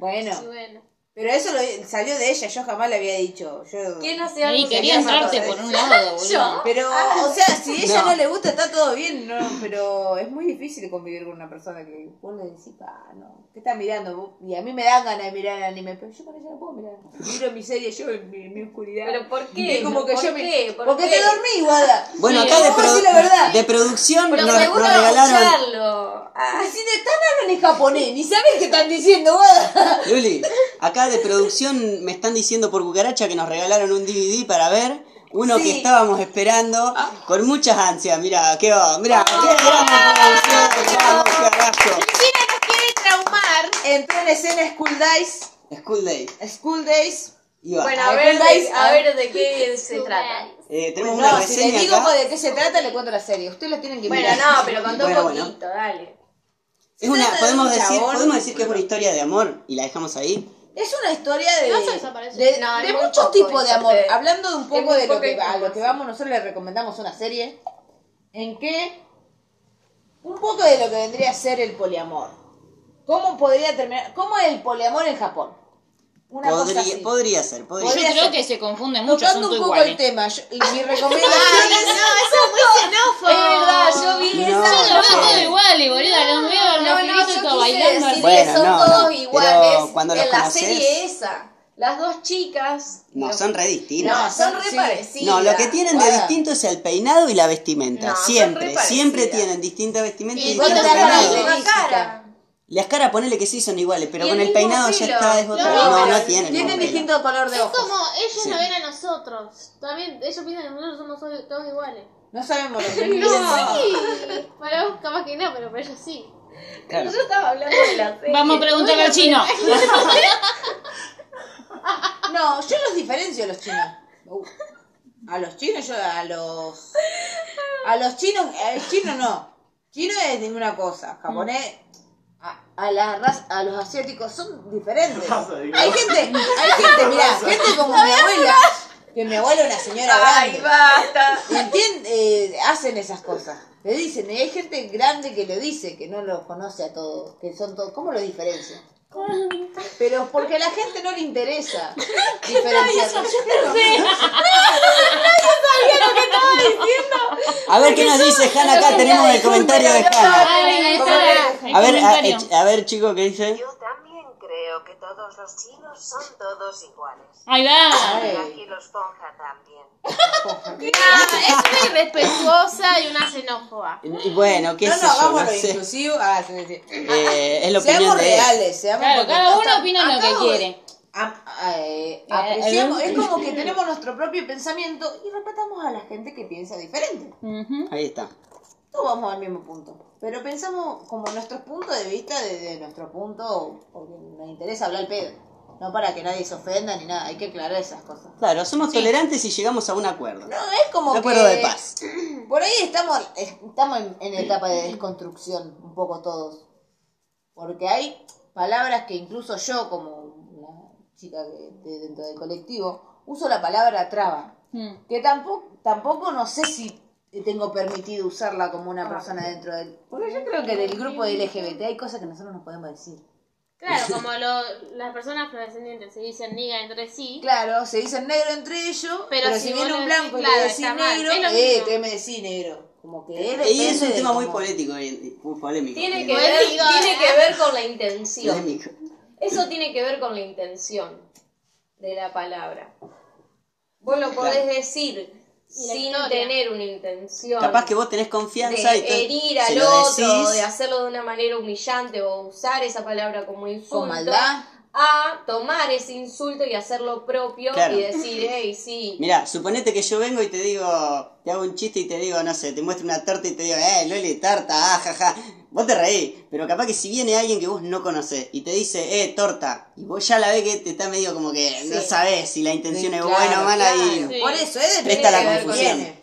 Bueno,
Bueno.
Pero eso lo- salió de ella, yo jamás le había dicho. Yo...
¿Quién hace algo?
Y quería
sería
entrarte
Mato?
por un lado, boludo.
Pero, o sea, si a ella no.
No.
le gusta, está todo bien, no, pero es muy difícil convivir con una persona que vos le decís, ah, no, ¿qué estás mirando? vos?". Y a mí me dan ganas de mirar el anime, pero yo con ella no puedo mirar. Miro mi serie, yo en mi, mi oscuridad.
¿Pero por qué?
Es como que
¿Por
yo
qué?
me...
¿Por
Porque
qué?
te dormí, Guada.
Bueno,
Sí,
acá de,
vamos a
produ-
decir la verdad.
de producción
Pero
nos, nos
seguro
regalaron.
escucharlo.
Ah, si te están hablando en japonés, ni sabes qué están diciendo, Guada.
Luli, acá de producción me están diciendo por cucaracha que nos regalaron un DVD para ver. Uno que estábamos esperando
Ah.
con muchas ansias. Mira, qué va, mira, qué gran producción, vamos, carajo.
Mentira, nos quiere traumar.
Entró en escena School Days,
School Day.
School Days.
Y va.
Bueno,
Ah,
a ver, de,
¿recordáis?
a ver de qué se trata.
Eh, tenemos una
No, si
reseña
les digo
acá.
de qué se trata, le cuento la serie. Ustedes la tienen que
Bueno,
mirar.
no, pero contó
Bueno,
un
bueno.
poquito, dale.
Es una,
trata de
podemos
un
decir,
chabón-
podemos decir que es una historia de amor y la dejamos ahí.
Es una historia de,
No se desaparece.
de,
No, es
de
muy
muchos
poco
tipos de
eso,
amor.
eh.
Hablando de un poco
muy
de lo
poca
que, a lo que
información.
vamos, nosotros les recomendamos una serie en que un poco de lo que vendría a ser el poliamor. ¿Cómo podría terminar? ¿Cómo es el poliamor en Japón? Una cosa así.
Podría, podría ser, podría
Yo
Podría
ser.
ser.
creo que se confunde mucho, son
Tocando un
todos
poco el
iguales.
tema yo- y mi recomendación
No, eso es muy xenófobo.
Es verdad, yo vi
No,
esa.
Son los
no,
todos iguales, boludo. Los veo, los pibitos todos bailando.
decir
Bueno,
que son
no, no,
todos
pero
iguales
cuando los
en la
conoces-
serie esa. Las dos chicas.
No,
los-
son re distintas.
No, son re
Sí.
parecidas.
No, lo que tienen de
Guarda.
distinto es el peinado y la vestimenta.
No, son
siempre,
re parecidas.
siempre tienen distinta vestimenta y,
Y
distinto
Cuando
Son
la cara,
parecidas.
peinado.
la misma cara.
Las caras, ponele que sí, son iguales, pero
Y
con
el
el
mismo
peinado ya
pelo.
está, es otra. No,
No,
no,
pero
tienen. el
tienen
mismo pelo.
distinto color de
Es
ojos.
como ellos
Sí.
nos ven a nosotros. También ellos piensan que nosotros somos todos iguales.
No sabemos lo que
Sí. Para vos capaz que no, pero para ellos sí.
Claro.
Yo estaba hablando de la serie.
Vamos a preguntarle al chino.
No, yo los diferencio a los chinos. Uh, A los chinos yo a los a los chinos, el chino no. Chino es de una cosa, japonés a, a la raza- a los asiáticos son diferentes.
Raza, digo.
Hay gente, hay gente, mira, gente como mi abuela, que mi abuela es una señora
Ay,
grande.
basta.
Entien- eh, hacen esas cosas. Le dicen, y hay gente grande que lo dice, que no lo conoce a todos, que son todos. ¿Cómo lo diferencian? Pero porque a la gente no le interesa diferenciar.
A ver qué nos dice Han acá, tenemos el comentario de Han.
Ay,
A ver, a, eh, a ver, chico, ¿qué dice?
Yo también creo que todos los chinos son todos iguales.
Ahí va.
Ay.
Aquí los ponja también.
Ah, es una irrespetuosa y una xenófoba.
Y Bueno, qué
No,
sé
no,
yo, no
hagámoslo
sé.
inclusivo. Ah, sí, sí.
Eh, es la opinión
Seamos
de él.
reales, seamos
Claro,
porque
cada uno
hasta-
opina lo que
acabo de-
quiere.
a- a- eh, apreciamos-
eh.
es como que tenemos nuestro propio pensamiento y respetamos a la gente que piensa diferente.
Ujú.
Ahí está.
Todos vamos al mismo punto. Pero pensamos como nuestros puntos de vista desde nuestro punto, porque nos interesa hablar al pedo. No para que nadie se ofenda ni nada, hay que aclarar esas cosas.
Claro, somos tolerantes y llegamos a un acuerdo.
No, es como
Un
que...
acuerdo de paz.
Por ahí estamos, estamos en, en etapa de desconstrucción, un poco todos. Porque hay palabras que incluso yo, como una chica que- de dentro del colectivo, uso la palabra traba.
Mm.
Que tampoco, tampoco no sé si tengo permitido usarla como una persona dentro del... Ah, Porque yo creo que del grupo del LGBT hay cosas que nosotros no podemos decir.
Claro, como lo- las personas afrodescendientes se dicen niga entre sí.
Claro, se dicen negro entre ellos, pero,
Pero
si,
si
viene
vos
un
lo decís,
blanco y
claro,
le decís
está mal,
negro,
es lo
eh,
mismo".
¿qué me decís negro? Como que es
Y es
depende
un
de
tema muy
cómo-
político, y- muy polémico.
Tiene que,
Polémico.
ver,
Político,
tiene
¿eh?
que ver con la intención.
Polémico.
Eso tiene que ver con la intención de la palabra. Vos lo podés
Claro.
decir sin
historia.
tener una intención.
Capaz que vos tenés
de
confianza y te-
herir
se
al
lo
otro,
decís.
de hacerlo de una manera humillante o usar esa palabra como insulto.
Con maldad.
A tomar ese insulto y hacerlo propio
Claro.
y decir, hey, sí.
Mirá, suponete que yo vengo y te digo, te hago un chiste y te digo, no sé, te muestro una torta y te digo, eh, Loli, tarta, ah, jaja. Vos te reís, pero capaz que si viene alguien que vos no conocés y te dice, eh, torta, y vos ya la ves que te está medio como que no sabés si la intención es
Claro,
buena o mala y...
claro. Por eso, es depende
Presta la
de lo Ah, que
confusión.
viene.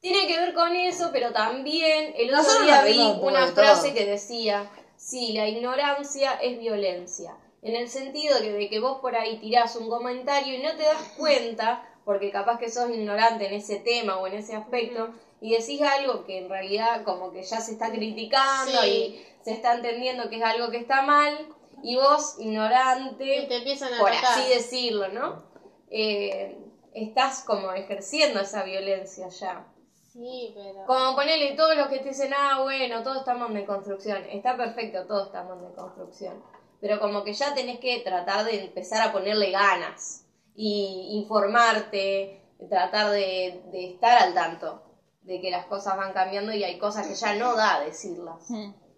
Tiene que ver con eso, pero también el otro
Nosotros
día
nos
vi
reímos un poco
una
de
frase
todo.
que decía, sí, la ignorancia es violencia. En el sentido que- de que vos por ahí tirás un comentario y no te das cuenta, porque capaz que sos ignorante en ese tema o en ese aspecto, y decís algo que en realidad como que ya se está criticando
Sí.
y se está entendiendo que es algo que está mal. y vos, ignorante,
Y te empiezan a
por
atacar.
así decirlo, ¿no? Eh, estás como ejerciendo esa violencia ya.
Sí, pero.
Como ponele todos los que te dicen, ah, bueno, todos estamos en construcción. Está perfecto, todos estamos en construcción. Pero como que ya tenés que tratar de empezar a ponerle ganas y informarte, tratar de, de estar al tanto de que las cosas van cambiando y hay cosas que ya no da decirlas.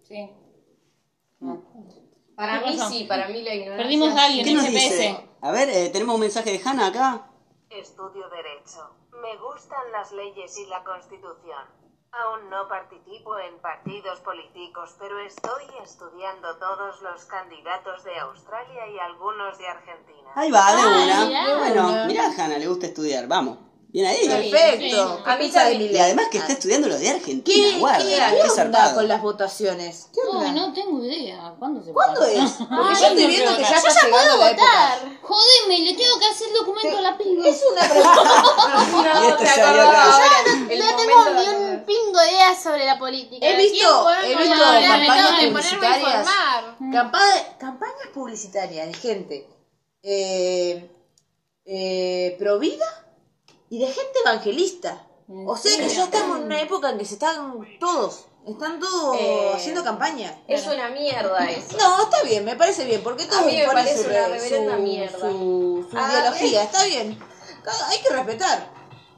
Sí.
Para
Tenés
mí
razón.
sí, para mí la ignorancia.
Perdimos a alguien
sí.
¿Qué
en
nos
GPS.
dice? A ver, eh, tenemos un mensaje de Hanna acá.
Estudio Derecho. Me gustan las leyes y la Constitución. Aún no participo en partidos políticos, pero estoy estudiando todos los candidatos de Australia y algunos de Argentina.
Ahí va, de
Ah,
una.
mirá.
Bueno, mirá, Hanna, le gusta estudiar. Vamos. Bien ahí.
Perfecto.
sí.
¿Qué
A mí
piensa de
también.
Milei?
Y además que está estudiando los de Argentina.
¿Qué,
guarda,
qué,
qué
qué onda
zarpado.
con las votaciones? ¿Qué onda?
Uy, no tengo idea. ¿Cuándo se
¿Cuándo
pone?
es? Porque
Ay,
yo estoy
no
viendo
creo
que
que-
ya está
ya
llegando
puedo
la época.
votar.
Jodeme, le tengo que hacer el documento a la piba.
Es una pregunta.
Y
No,
este
te
salió acá.
acordás ahora. El
No tengo
momento
ni
de-
un pingo de idea sobre la política.
He visto,
Tiempo,
he
no,
visto
no, no, me
campañas
tengo que ponerme a
publicitarias.
informar.
Campa- campañas publicitarias de gente eh, eh, pro vida y de gente evangelista. O sea que ya estamos en una época en que se están todos, están todos
Eh,
haciendo campaña.
Es una mierda eso.
No, está bien, me parece bien, porque todo
A mí me
pone
parece
su-
una
su-
reverenda mierda.
Su, su
Ah,
ideología, está bien. Cada- hay que respetar.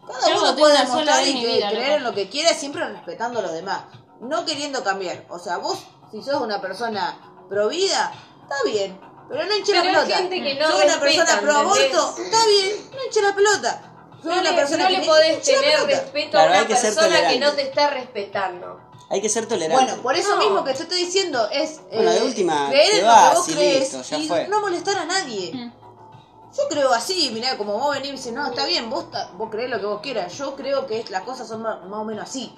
Cada
Yo
uno
voté
puede
una sola
demostrar
vez
y
en mi
que-
vida,
creer
loco.
en lo que quiera, siempre respetando a los demás. No queriendo cambiar. O sea, vos, si sos una persona pro vida, está bien. Pero no hinche la
Pero hay
pelota.
gente que no
sos una
respeta,
persona pro
¿entendés?
aborto, está bien. No hinche la pelota. Sos
No
una
le,
persona
no
que
le
me-
podés
hinche la
tener
pelota.
respeto
Claro,
a
hay
una
que ser
persona que
tolerante.
no te está respetando.
Hay que ser tolerante.
Bueno, por eso
No.
mismo que te estoy diciendo es eh,
Bueno, de última,
creer
te
en lo
vas
que vos
y
crees
listo, ya
y
fue.
no molestar a nadie.
Mm.
Yo creo así, mirá, como vos venís y me decís, no, está bien, vos, ta- vos creés lo que vos quieras. Yo creo que es- las cosas son ma- más, o menos así.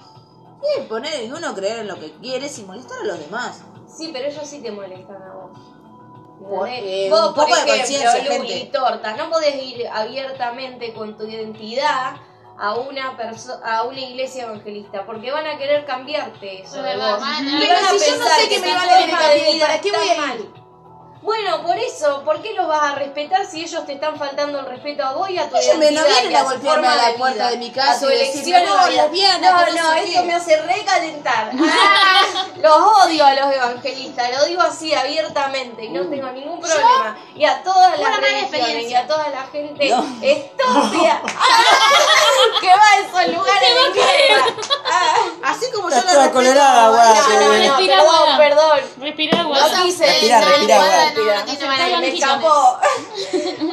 Y poner y uno creer en lo que quiere sin molestar a los demás.
Sí, pero ellos sí te molestan a vos.
Por-
¿Entendés?
eh,
vos,
un
por
poco de conciencia,
ejemplo, Luli
gente.
Torta, no podés ir abiertamente con tu identidad a una perso- a una iglesia evangelista, porque van a querer cambiarte eso. de
Es verdad,
vos.
van a-
Y
Pero
van a
si yo no
pensar
sé que me
esa
van a
forma de
querer cambiar,
vida
¿para qué voy
está
a
mal.
ir?
Bueno, por eso, ¿por qué los vas a respetar si ellos te están faltando el respeto a vos y a tu
Ellos me
identidad
no vienen
y a
a
tu
golpearme
forma
a la
de
puerta
vida,
de mi casa
a tu
y decirme,
elección
"No,
a la-
lesbiana,
No,
que no
no,
sé
esto
qué".
me hace recalentar. ¡Ah! los odio a los evangelistas, lo digo así abiertamente y no
Uh.
tengo ningún problema. Y a todas
Una
las
mala
religiones y
experiencia.
a toda la gente
No.
estúpida Ah, que va a esos lugares de mierda. Ah,
Así como
Está
yo la
toda
respeto,
colorada,
no,
guarda.
no, no, no,
Respira,
perdón,
buena.
perdón.
Respirá,
No
guarda.
quise
Respira,
decir
respira,
nada,
guarda.
respira.
No tiene mala
Se me
intención.
escapó.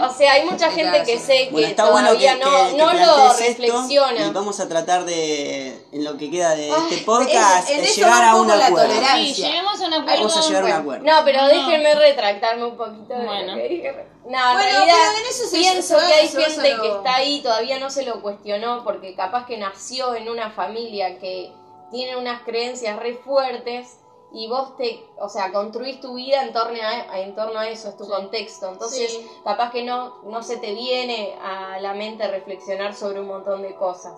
o sea, hay mucha gente que sé que
Bueno, está bueno que,
todavía no,
que- que
no lo
plantees esto
reflexiona.
y vamos a tratar de, en lo que queda de
Ay,
este podcast,
Ah, en- en
eh,
eso
llegar
va
a
un
un
poco la
acuerdo.
tolerancia.
Sí, lleguemos a un acuerdo.
Vamos a llegar a un
Bueno,
acuerdo.
No, pero
No.
déjenme retractarme un poquito de
Bueno.
lo que dije. No, en
Bueno,
realidad
pero en eso se-
pienso
se-
que hay
se- se-
gente
lo-
que está ahí todavía no se lo cuestionó porque capaz que nació en una familia que tiene unas creencias re fuertes y vos te, o sea, construís tu vida en torno a, a- en torno a eso, es tu contexto. Entonces,
Sí.
capaz que no no se te viene a la mente reflexionar sobre un montón de cosas.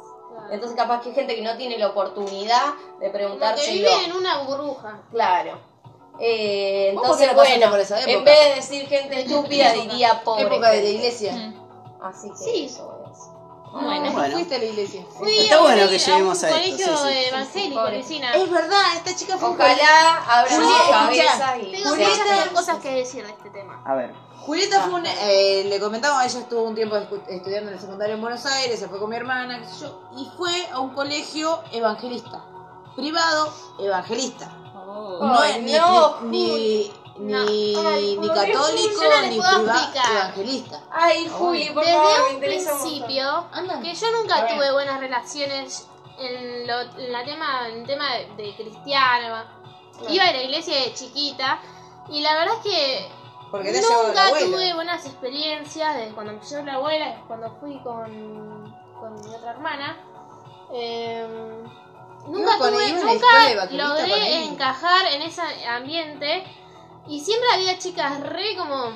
Entonces, capaz que hay gente que no tiene la oportunidad de
Como que
preguntarse
viven en una burbuja.
Claro. Eh,
¿Vos por qué
entonces,
no pasaste
bueno,
por esa época?
en vez de decir gente estúpida, diría pobre.
Época de la
gente.
iglesia.
Mm. Así que
Sí.
eso voy a decir.
No,
Bueno.
fuiste a la iglesia.
Fui
Está
a
bueno
un-
que lleguemos a
un
esto,
colegio
sí, sí.
evangélico,
Pobre.
vecina.
Es verdad, esta chica fue un
Ojalá abran
Julieta,
la cabeza y
Tengo
sean-
muchas cosas que decir de este tema.
A ver.
Julieta fue un-
Ah.
eh, le comentaba, ella estuvo un tiempo escu- estudiando en el secundario en Buenos Aires, se fue con mi hermana, qué sé yo, y fue a un colegio evangelista, privado evangelista.
Oh.
No
Ay,
es ni,
no,
ni,
no.
ni,
Ay,
ni
por Dios,
católico
yo no le
ni
puedo
privado
explicar.
evangelista.
Ay, Juli, por favor,
Desde
me
un
interesa un montón.
principio,
Anda.
que yo
A
nunca
ver.
tuve buenas relaciones en, lo, en la tema, en tema de, de cristiano. Iba a la iglesia de chiquita y la verdad es que
Porque te llevó la
nunca tuve
abuela.
buenas experiencias desde cuando me llevó la abuela, desde cuando fui con, con mi otra hermana. Eh, nunca
con-
tuve,
iba a la escuela
nunca
evangelista con
logré
él.
encajar en ese ambiente y siempre había chicas re como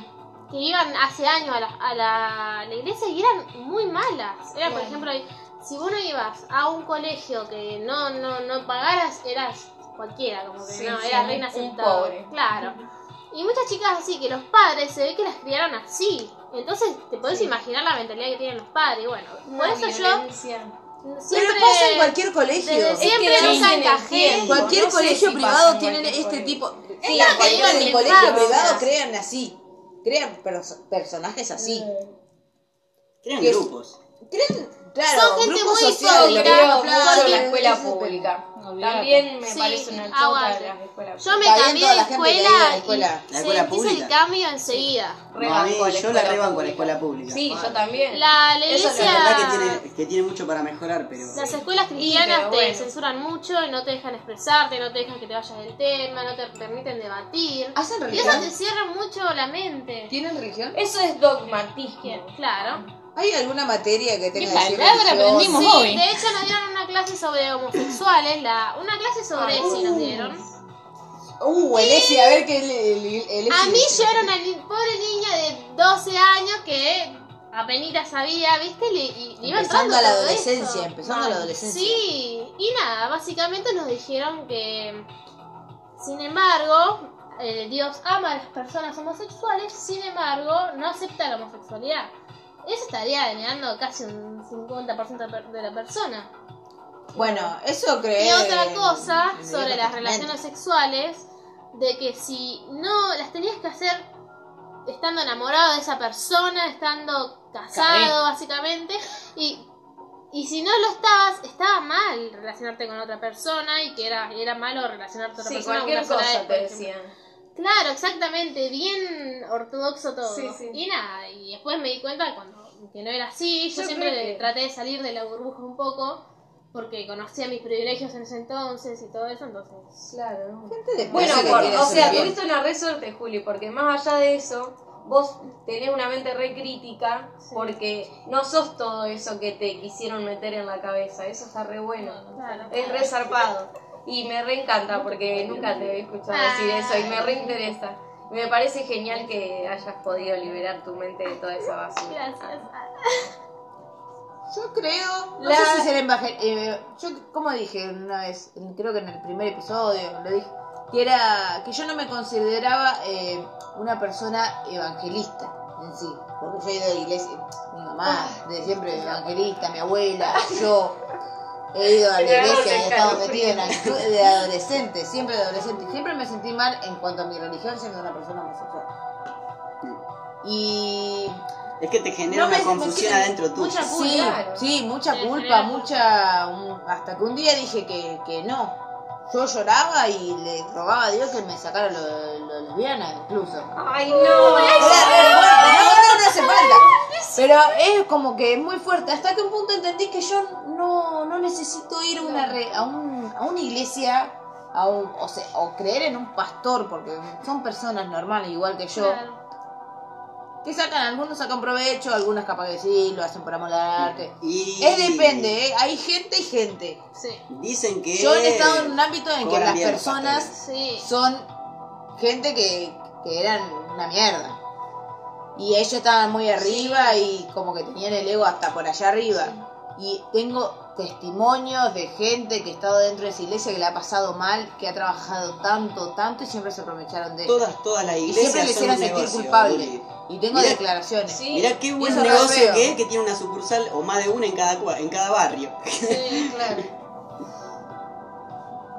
que iban hace años a la, a la, a la iglesia y eran muy malas. Era, por ejemplo, si vos no ibas a un colegio que no, no, no pagaras, eras cualquiera, como que
Sí,
no,
sí,
eras
un-
reina
un
sentada.
pobre.
Claro. Y muchas chicas así, que los padres se ve que las criaron así. Entonces te podés imaginar la mentalidad que tienen los padres. Y bueno, por eso yo
Pero
siempre,
pasa en cualquier colegio.
desde siempre
que
nunca
dicen el
encajé.
tiempo.
Cualquier
no sé
colegio
si pasa
privado
en
tiene
cualquier
este
colegio.
tipo. Sí,
lo
las
que
películas
digo,
del
mi
colegio
padre,
privado
o sea.
crean así. Crean perso- personajes
Mm.
así.
Crean
Que-
grupos.
Crean, claro,
Son gente
grupos
muy
sociales.
Pero claro,
Claro,
grupos,
claro, la
claro,
escuela
eso,
pública.
Olvídate.
También me
Sí,
parece una
Ah,
chota
aguante.
de las escuelas
Yo me
Está bien
cambié
toda
de
la gente que ha ido a la
escuela,
escuela.
y
La escuela
se hizo
pública.
el cambio enseguida.
Rebanco
No, a
a
mí,
la
yo la
escuela
rebanco a la
pública.
escuela pública.
Sí, yo también.
La, la
Eso es
iglesia,
la
La verdad que tiene, que tiene mucho para mejorar, pero.
las escuelas cristianas
pero
te
bueno.
censuran mucho, no te dejan expresarte, no te dejan que te vayas del tema, no te permiten debatir.
¿Hacen
Y eso te
religión?
cierra mucho la mente.
¿Tienen religión?
Eso es dogmatismo.
Claro.
¿Hay alguna materia que tenga que decir
palabra
religión?
aprendimos.
Sí,
hoy.
de hecho nos dieron una clase sobre homosexuales, la, una clase sobre sí nos dieron.
Uh, el ESI, a ver qué el, el, el
A
ESI.
mí llevaron al ni- pobre niña de 12 años que apenas sabía, ¿viste? Le, y, le
Empezando
iba entrando
a la
todo
adolescencia,
esto.
empezando a la adolescencia.
Sí, y nada, básicamente nos dijeron que, sin embargo, eh, Dios ama a las personas homosexuales, sin embargo, no acepta la homosexualidad. Eso estaría dañando casi un 50% per- de la persona.
Bueno, eso creo.
Y otra cosa sobre las relaciones sexuales, de que si no las tenías que hacer estando enamorado de esa persona, estando casado básicamente, y, y si no lo estabas, estaba mal relacionarte con otra persona y que era, era malo relacionarte con otra
Sí,
persona. con
cualquier
una sola
cosa
vez,
te
por ejemplo.
decían.
Claro, exactamente, bien ortodoxo todo.
Sí, sí.
Y nada, y después me di cuenta cuando que no era así, yo,
Yo
siempre
creo que-
traté de salir de la burbuja un poco, porque conocía mis privilegios en ese entonces y todo eso, entonces...
Claro. Bueno,
Bueno,
por-
quiere
o
hacer
sea,
bien.
tuviste una re suerte, Juli, porque más allá de eso, vos tenés una mente re crítica porque no sos todo eso que te quisieron meter en la cabeza. Eso está re bueno.
Claro.
Es re zarpado. Y me re encanta porque nunca te había escuchado decir eso y me re interesa. Me parece genial que hayas podido liberar tu mente de toda esa basura.
Gracias.
Yo creo. No
La-
sé si será embajador. yo, como dije una vez, en- creo que en el primer episodio lo dije, que era que yo no me consideraba eh, una persona evangelista en sí. Porque yo he ido a la iglesia, mi mamá, desde siempre evangelista, mi abuela, yo. He ido a la
Te agarro
iglesia y he
el
estado
escalofrío.
metido en actitud de adolescente, siempre de adolescente. Siempre me sentí mal en cuanto a mi religión siendo una persona homosexual. Y
Es que te genera
No me-
una confusión
me-
adentro tuya.
mucha-
Sí,
Claro.
sí, mucha
En
culpa,
general.
mucha. un- hasta que un día dije que, que no. Yo lloraba y le rogaba a Dios que me sacara lo, lo lesbiana, incluso.
¡Ay,
Oh,
no!
Era re fuerte, no, no, no hace falta. Pero es como que es muy fuerte. Hasta que un punto entendí que yo no, no necesito ir a una, re- a, un- a una iglesia a un- o, sea, o creer en un pastor, porque son personas normales igual que yo.
Claro.
Que sacan, algunos sacan provecho, algunas capaz que sí, lo hacen por amor al arte.
Y...
Es depende, ¿eh? hay gente y gente.
Sí.
Dicen que.
Yo he estado en un ámbito en que
Cobran
las
bien los
personas
Sí.
son gente que, que eran una mierda. Y ellos estaban muy arriba y como que tenían el ego hasta por allá arriba. Y tengo testimonios de gente que ha estado dentro de esa iglesia que la ha pasado mal, que ha trabajado tanto, tanto y siempre se aprovecharon de ellos.
Todas, todas las
Y
iglesias.
siempre le
son un
hicieron sentir
negocio,
culpable.
Juli.
Y tengo
Mirá-
declaraciones.
Sí,
Mirá qué buen
eso es re
negocio
feo.
que es que tiene una sucursal o más de una en cada, cua- en cada barrio.
claro.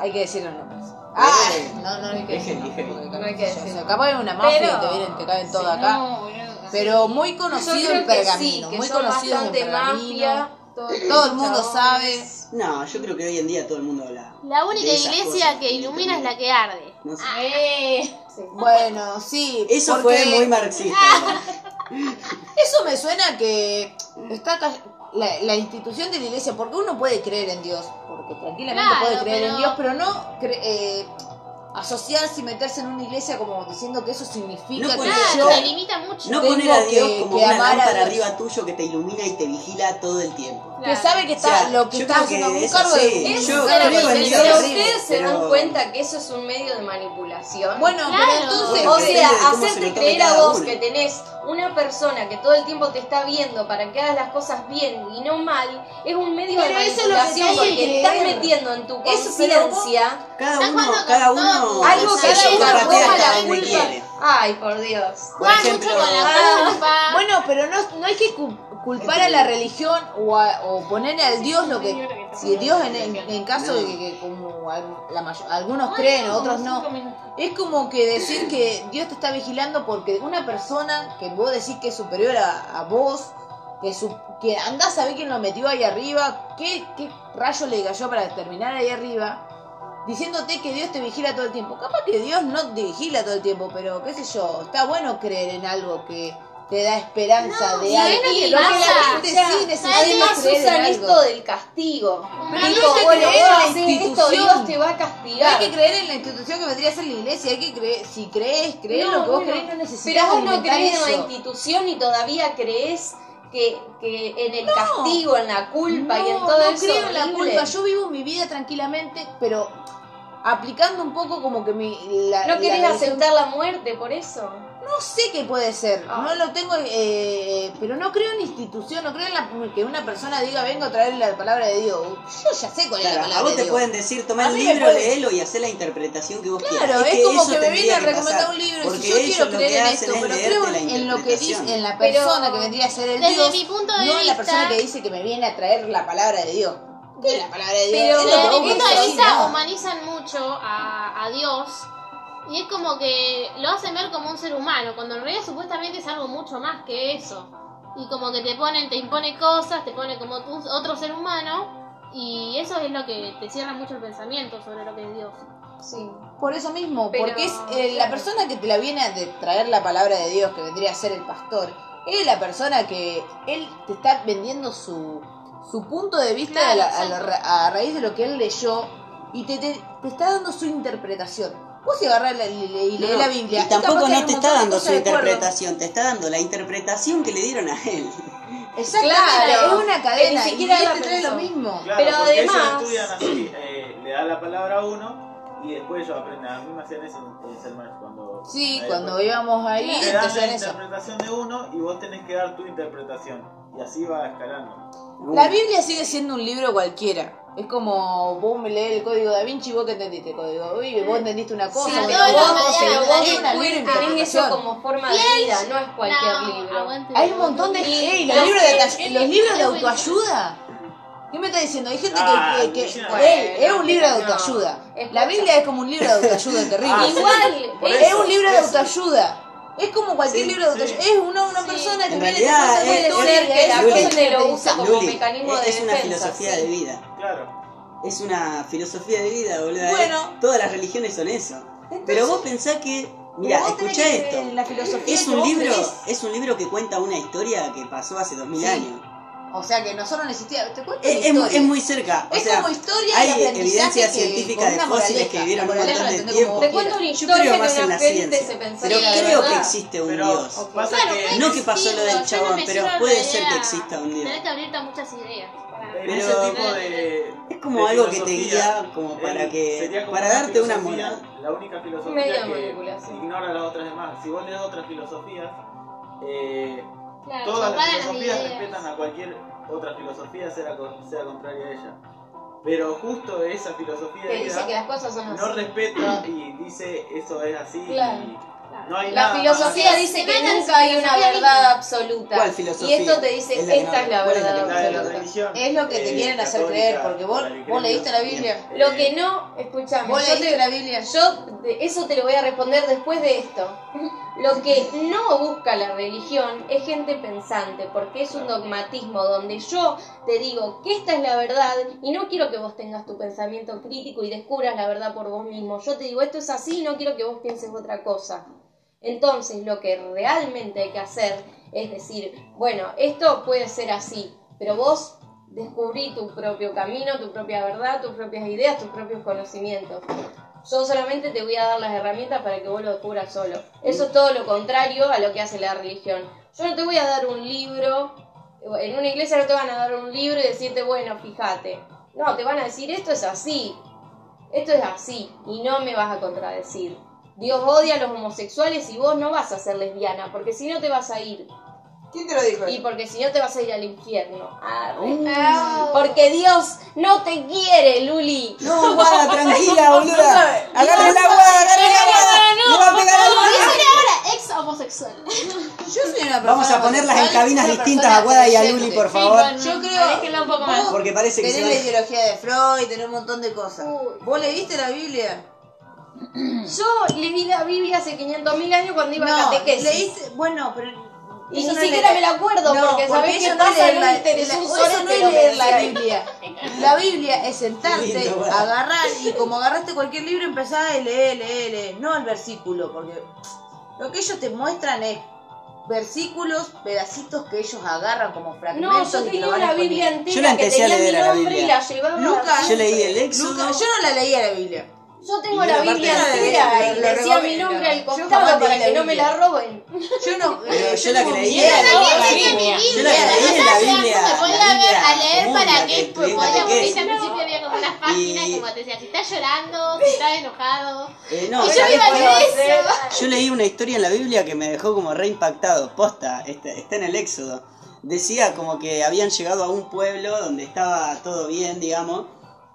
Hay que decir los nombres. Ah,
Eh,
no, no hay que
es
decir
heavy, heavy.
nombres, porque
No hay que
capaz-
decir.
no, Capaz es una mafia
Pero-
y te vienen, te caen todo
sí,
acá.
No, boludo.
Pero muy
Yo
conocido en
creo que
Pergamino,
sí, que
muy
son
conocido en
bastante
Pergamino.
mafia.
Todo el mundo sabe.
No, yo creo que hoy en día todo el mundo habla.
La única
de esas
iglesia
cosas.
que ilumina es la que arde.
No sé.
Eh,
Bueno, sí.
Eso
porque
fue muy marxista.
Eso me suena que está ca- la, la institución de la iglesia, porque uno puede creer en Dios, porque tranquilamente
Claro,
puede creer
pero-
en Dios, pero no cre- eh, asociarse y meterse en una iglesia como diciendo que eso significa
No,
que
porque
Claro,
yo-
te limita mucho.
No
Tengo
poner a Dios
que-
como
que
una
amar a
lámpara
Dios.
arriba tuyo que te ilumina y te vigila todo el tiempo.
que sabe que
O
está
sea,
lo que
yo
está
creo
haciendo
que
un
es
cargo
así.
de
Es
Yo
un cargo de
creo en
iglesia
Dios.
pero
horrible.
ustedes se
pero-
dan cuenta que eso es un medio de manipulación.
Bueno,
Claro.
pero entonces este,
o
depende
sea,
de cómo se
hacerte
lo tome
creer a
cada
vos
uno.
que tenés una persona que todo el tiempo te está viendo para que hagas las cosas bien y no mal, es un medio
Pero
de
eso es lo que
manipulación
te hay que
porque te estás
creer.
metiendo en tu
Eso, pero vos-
conciencia
Cada
Está
uno,
jugando con
cada
todo.
uno
algo
Sí,
que
se
cada
yo
uno
carratea
juega
cargo
la
hasta
la
donde
culpa
quiere.
Ay, por Dios.
Por
Juega
ejemplo,
mucho con la culpa.
Bueno, pero no, no hay que cu- culpar a la religión o, a- o ponerle al Dios lo que... Si Dios en, en- en caso de que, que como al- la may- algunos creen, otros no, es como que decir que Dios te está vigilando porque una persona que vos decís que es superior a, a vos, que, su- que andás a ver quién lo metió ahí arriba, qué, qué rayo le cayó para terminar ahí arriba, diciéndote que Dios te vigila todo el tiempo. Capaz que Dios no te vigila todo el tiempo, pero qué sé yo, está bueno creer en algo que te da esperanza
No,
de
y
algo.
bueno que
Lo que
pasa,
la gente sí necesita
Además
es creer en
usan
algo.
esto del castigo. Digo,
Pero no hay que
bueno,
creer en
vos
la
haces esto,
institución.
Dios te va a
No
castigar.
hay que creer en la institución que vendría a ser la iglesia, hay que creer, si crees, crees
No,
lo que vos
bueno.
crees, no
Pero
necesitas
vos no
alimentar
crees en la
eso.
institución y todavía crees que, que en el castigo, en la culpa y en
No,
todo
no
eso.
creo en la
horrible.
culpa, yo vivo mi vida tranquilamente, pero aplicando un poco como que mi... La,
No
la
querés
religión-
aceptar la muerte por eso.
No sé qué puede ser, no lo tengo, eh, pero no creo en institución, no creo en la- que una persona diga vengo a traer la palabra de Dios. Yo ya sé cuál es la
Claro,
palabra
a vos
de
te
Dios.
pueden decir, tomá
A
el
mí me
libro,
pueden-
léelo y hacé la interpretación que vos quieras. Este,
Claro, es, como
eso
que me vienen
tendría
a
que
recomendar
pasar,
un libro.
porque
Si yo
ellos
quiero
lo
creer
que
en
hacen
esto,
es
pero
leerte
creo
la
en lo que dice,
interpretación.
en la persona
Pero-
que vendría a ser el
Desde
Dios.
mi punto
no
de
en la
vista-
persona que dice que me viene a traer la palabra de Dios. ¿Qué es la palabra de Dios? Es
Pero
lo que
Desde
vos
mi punto de
decís,
vista
¿no?
humanizan mucho a, a Dios y es como que lo hacen ver como un ser humano, cuando en realidad supuestamente es algo mucho más que eso. Y como que te ponen, te impone cosas, te pone como un- otro ser humano y eso es lo que te cierra mucho el pensamiento sobre lo que es Dios.
Sí.
Por eso mismo,
Pero-
porque es eh, la
claro.
persona que te la viene a de- traer la palabra de Dios, que vendría a ser el pastor, es la persona que él te está vendiendo su, su punto de vista
Claro,
a, la- a la
exacto.
ra- a raíz de lo que él leyó y te, te- te está dando su interpretación. Vos si agarrás la- y le- y lees
No,
la Biblia.
Y tampoco
capaz que hay
no
un
te
montón
está
de
dando
cosas
su
de acuerdo.
interpretación, te está dando la interpretación que le dieron a él.
Exactamente,
Claro.
es una
Que ni
cadena. Y
siquiera
él
la
te trae
pensó.
lo mismo.
Claro,
Pero
porque
además-
ellos estudian así, eh, le dan la palabra a uno y después ellos aprenden. A mí me hacían eso en- en Selmash cuando...
Sí,
ahí
cuando
después.
íbamos ahí,
Te dan
empezó
la
en eso.
interpretación de uno y vos tenés que dar tu interpretación. Y así va escalando.
La Biblia sigue siendo un libro cualquiera. Es como vos me lees el código da Vinci y vos que entendiste el código da Vinci, vos entendiste una cosa,
Sí,
pero
pero
todos
vos,
los
vos, pero
medianos
vos
tenés una libre
tenés eso
interpretación.
como forma de vida, no es cualquier
No,
libro.
aguante.
Hay un montón de... Ey, los, libros de,
el-
los
el-
libros de
el-
autoayuda. ¿Qué me estás diciendo? Hay gente
Ah,
que... que- que-
bueno,
ey, es un libro de
no.
autoayuda. La
Escucha.
Biblia es como un libro de autoayuda, terrible.
Ah, sí,
Igual,
por
es
eso,
un libro de
eso.
autoayuda. Es como cualquier
Sí,
libro de
sí.
autoayuda. Es una, una persona que
En
viene
realidad,
contando
es-
todo
puede
el
ser
día,
que
es
la
una
Luli.
gente lo
entrevista.
usa como
Luli,
mecanismo de
es una
defensa,
filosofía
sí.
de vida.
Claro.
Es una filosofía de vida, boludo.
Bueno.
Todas las religiones son eso. Pero vos pensás que... Mira,
Vos tenés
escuchá
que-
esto.
la filosofía
Es
que
un
vos
libro,
crees.
es un libro que cuenta una historia que pasó hace 2000
Sí.
años.
O sea que nosotros no existía. Te cuento
Es,
una
es muy-
historia.
es muy cerca. O
Es
sea,
como historia y
hay
aprendizaje
evidencia
que-
científica
con
de
una
fósiles
moraleja.
que
La
vivieron un
moraleja
montón de
la entendés como
tiempo.
Te
vos
cuento una
Yo
historia
creo
que
más
una
en la
gente
ciencia.
se pensó
Pero
que era
creo que
verdad.
existe un
Pero
Oh, dios.
pasa
Claro,
que...
puede
no que pasó
existir,
lo del
yo no
chabón,
me
pero
cierro
puede
la
ser que
idea.
exista un día.
Tenés que abrirte a muchas ideas.
En
Pero-
ese tipo de.
Es como
de
algo que te
filosofía,
guía como
él
para que
sería como
para
una
darte una
filosofía,
moral.
La única filosofía
Media
que
manipulación.
ignora las otras demás. Si vos lees otras filosofías, eh,
Claro,
todas las
comparan las
filosofías
ideas.
respetan a cualquier otra filosofía, sea, co- sea contraria a ella. Pero justo esa filosofía
Te
de
dice que
vida
las cosas son así.
no respeta y dice eso es así.
Claro.
y no hay
La
nada más
filosofía
allá.
dice
Se
que
mete en
nunca hay una
filosofía
verdad
misma.
absoluta.
¿Cuál filosofía?
Y esto te dice,
Es la que
esta
no-
es la
¿cuál es la
verdad
que no-
La de la
absoluta.
religión.
Es lo que te
eh,
quieren hacer
católica,
creer, porque vos,
la que
vos
cree
leíste
Dios. Eh,
la Biblia.
Lo que no, escuchame,
Vos
yo,
leíste
te-
la Biblia.
yo de- eso te lo voy a responder después de esto. Lo que no busca la religión es gente pensante, porque es un dogmatismo donde yo te digo que esta es la verdad y no quiero que vos tengas tu pensamiento crítico y descubras la verdad por vos mismo. Yo te digo esto es así y no quiero que vos pienses otra cosa. Entonces lo que realmente hay que hacer es decir, bueno, esto puede ser así, pero vos descubrí tu propio camino, tu propia verdad, tus propias ideas, tus propios conocimientos. Yo solamente te voy a dar las herramientas para que vos lo descubras solo. Eso es todo lo contrario a lo que hace la religión. Yo no te voy a dar un libro, en una iglesia no te van a dar un libro y decirte, bueno, fíjate. No, te van a decir, esto es así, esto es así, y no me vas a contradecir. Dios odia a los homosexuales y vos no vas a ser lesbiana, porque si no te vas a ir.
¿Quién te lo dijo?
Y porque si no te vas a ir al infierno. Arre.
Uh.
Porque Dios no te quiere, Luli.
No, guada, tranquila, boluda. Agarra el agua, agarra el agua. No va a pegar al mar.
Ahora,
Vamos a ponerlas en
homosexual
cabinas
es una
distintas
persona
a Guada y a Luli,
decente.
por
Sí,
favor.
bueno,
Yo creo-
aléjenla un poco más.
Porque parece que se
Tenés la
van-
ideología de Freud, tenés un montón de cosas.
Uy.
¿Vos leíste la Biblia?
Yo leí la Biblia hace 500.000 años cuando iba a
No,
catequesis.
leíste, bueno, pero...
Y
eso
ni
no es
siquiera
leer.
me la acuerdo
No,
porque sabés
eso
qué
no es
pasa,
leer
no
la-
me interesó
la-
un
eso
sorete
no es
lo que
leer la
decía.
Biblia. La Biblia es
Qué
sentarte,
lindo, bueno.
agarrar y como agarraste cualquier libro empezás a leer, leer, leer. No el versículo, porque lo que ellos te muestran es versículos, pedacitos que ellos agarran como
No,
fragmentos.
yo
y te
tenía
lo van
una
exponiendo.
Biblia
Yo la
entera que
empecé a
tenía mi
leer a la
nombre y
Biblia.
la llevaba.
Nunca,
Yo leí el Éxodo.
Lucas, yo no la leía la Biblia.
Yo
Y
tengo la
una parte
Biblia
de la
entera
Biblia,
y
lo
decía mi
recomiendo.
nombre al
Yo jamás
costado
leí
para
la
que no me
Biblia.
la roben.
Yo no.
Pero
eh,
yo la
tengo
creí.
miedo.
Yo
También
la
tenía
Biblia.
mi
Yo la
Biblia,
leí en
además,
la
era
Biblia,
como
la
podía ver a
Biblia
leer
común, la
para
que
que
estudia
pues podía
catequesis.
aburrirse al principio había como unas páginas
Y-
como te decía si estás llorando si estás enojado
Eh, no,
y yo
¿sabés
me iba a
cuál?
leer eso
Yo leí una historia en la Biblia que me dejó como re impactado. Posta, está, está en el Éxodo. Decía como que habían llegado a un pueblo donde estaba todo bien, digamos,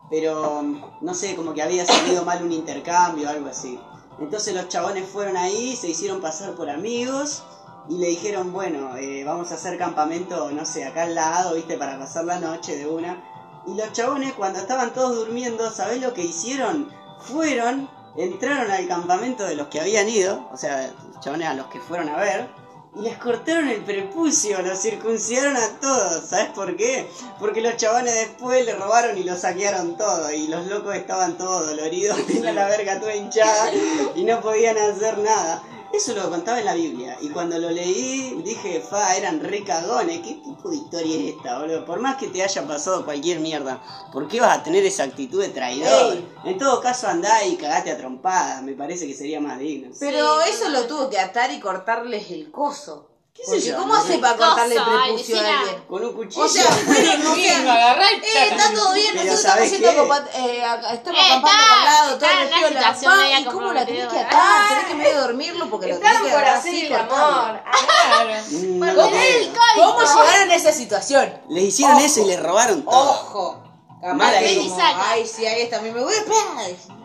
pero mm, no sé, como que había salido mal un intercambio o algo así. Entonces los chabones fueron ahí, se hicieron pasar por amigos y le dijeron, bueno, eh, vamos a hacer campamento, no sé, acá al lado, viste, para pasar la noche de una. Y los chabones cuando estaban todos durmiendo, ¿sabés lo que hicieron? Fueron, entraron al campamento de los que habían ido, o sea, los chabones a los que fueron a ver, y les cortaron el prepucio, los circuncidaron a todos, ¿sabes por qué? Porque los chabones después le robaron y lo saquearon todo, y los locos estaban todos doloridos, tenían la verga toda hinchada y no podían hacer nada. Eso lo contaba en la Biblia, y cuando lo leí dije, fa, eran re cagones, ¿qué tipo de historia es esta, boludo? Por más que te haya pasado cualquier mierda, ¿por qué vas a tener esa actitud de traidor?
Ey.
En todo caso andá y cagaste a trompadas, me parece que sería más digno.
Pero eso lo tuvo que atar y cortarles el coso.
¿Qué sé
Porque
yo,
¿Cómo
no
hace
sé?
para cortarle el
Coso, ay,
prepucio a
Lucila.
alguien?
Con un cuchillo.
O sea, fueron, o sea,
agarrá y
eh, está todo bien,
Pero
nosotros estamos
¿sabés
yendo a
qué?
copa- eh, a- estamos
Eh,
acampando
está-
al lado, todo
está en
el
una
vestido de la
situación
paz,
media
¿y cómo la tenés que
comprometedora?
atar? Tenés que medio dormirlo porque lo tenés
Están
que
por
agarrar
hacer
así
el
cortarlo.
amor. Ah,
Mm, no
Porque
creo.
tenés el código
¿Cómo llegaron a esa situación?
Les hicieron eso y les robaron todo.
¡Ojo! Capaz
Mal ahí.
que
Y
como,
saca.
ay, sí, ahí está, me voy a pegar.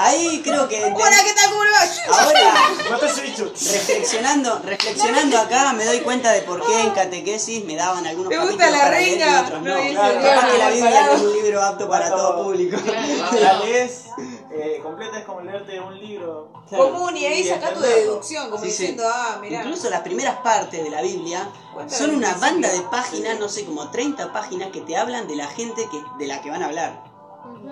Ahí creo que.
Hola, ¿qué tal? ¿Cómo le va?
Ahora,
Mataste bicho.
reflexionando, reflexionando acá, me doy cuenta de por qué en catequesis me daban algunos
¿Te gusta
capítulos
la
para leer y
renga?
otros
No,
no.
dice
Claro,
nada,
capaz que la
mal
Biblia no es
parado.
un libro apto para todo
Claro.
público.
La lees eh, completa es como leerte un libro.
Común, y ahí
Y
saca tu
entenderlo.
deducción, como
Sí, sí.
diciendo, ah, mirá.
Incluso las primeras partes de la Biblia
Cuenta
son
del
una
principio.
banda de páginas, no sé, como 30 páginas que te hablan de la gente que, de la que van a hablar.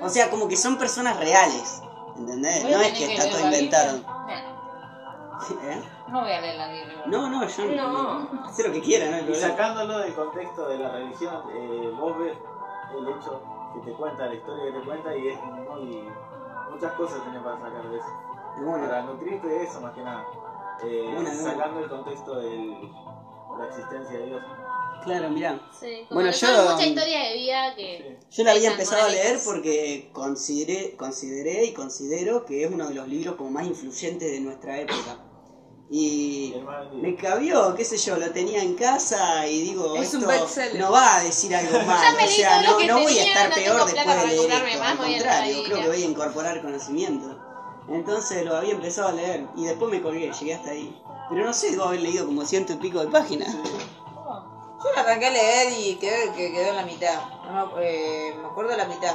O sea, como que son personas reales. ¿Entendés?
Voy a
No es
tener
que
que
está
leer
todo
la Biblia.
inventado. ¿Eh?
No voy a leer la Biblia.
No, no, yo
No.
Hace lo que quiera, ¿no? hay
Y
problema.
sacándolo del contexto de la religión, eh, vos ves el hecho que te cuenta, la historia que te cuenta, y es muy. Muchas cosas tenés para sacar de eso.
Y bueno,
Para nutrirte de eso, más que nada. Eh,
Bueno, no.
sacando el contexto de la existencia de Dios.
claro, mirá.
Sí,
Bueno,
bueno,
yo-
yo... mucha historia de vida que...
Sí.
Yo la había
Esas
empezado a leer
morales.
porque consideré, consideré y considero que es uno de los libros como más influyentes de nuestra época.
Y
Y
el mal
me cabió, qué sé yo, lo tenía en casa y digo,
Es un
esto
bestseller.
no va a decir algo
Ya
mal,
me
o
leí
sea,
todo lo
no,
que
no voy a
tenía,
estar
no tengo
peor
plata
después de
para
leer
curarme
esto,
más,
al
voy a leer la
contrario, creo
Biblia.
que voy a incorporar conocimiento. Entonces lo había empezado a leer y después me colgué, llegué hasta ahí. Pero no sé, debo haber leído como ciento y pico de páginas.
Yo la arranqué a leer y quedó, que quedó en la mitad. No, me acu- eh, me acuerdo de la mitad.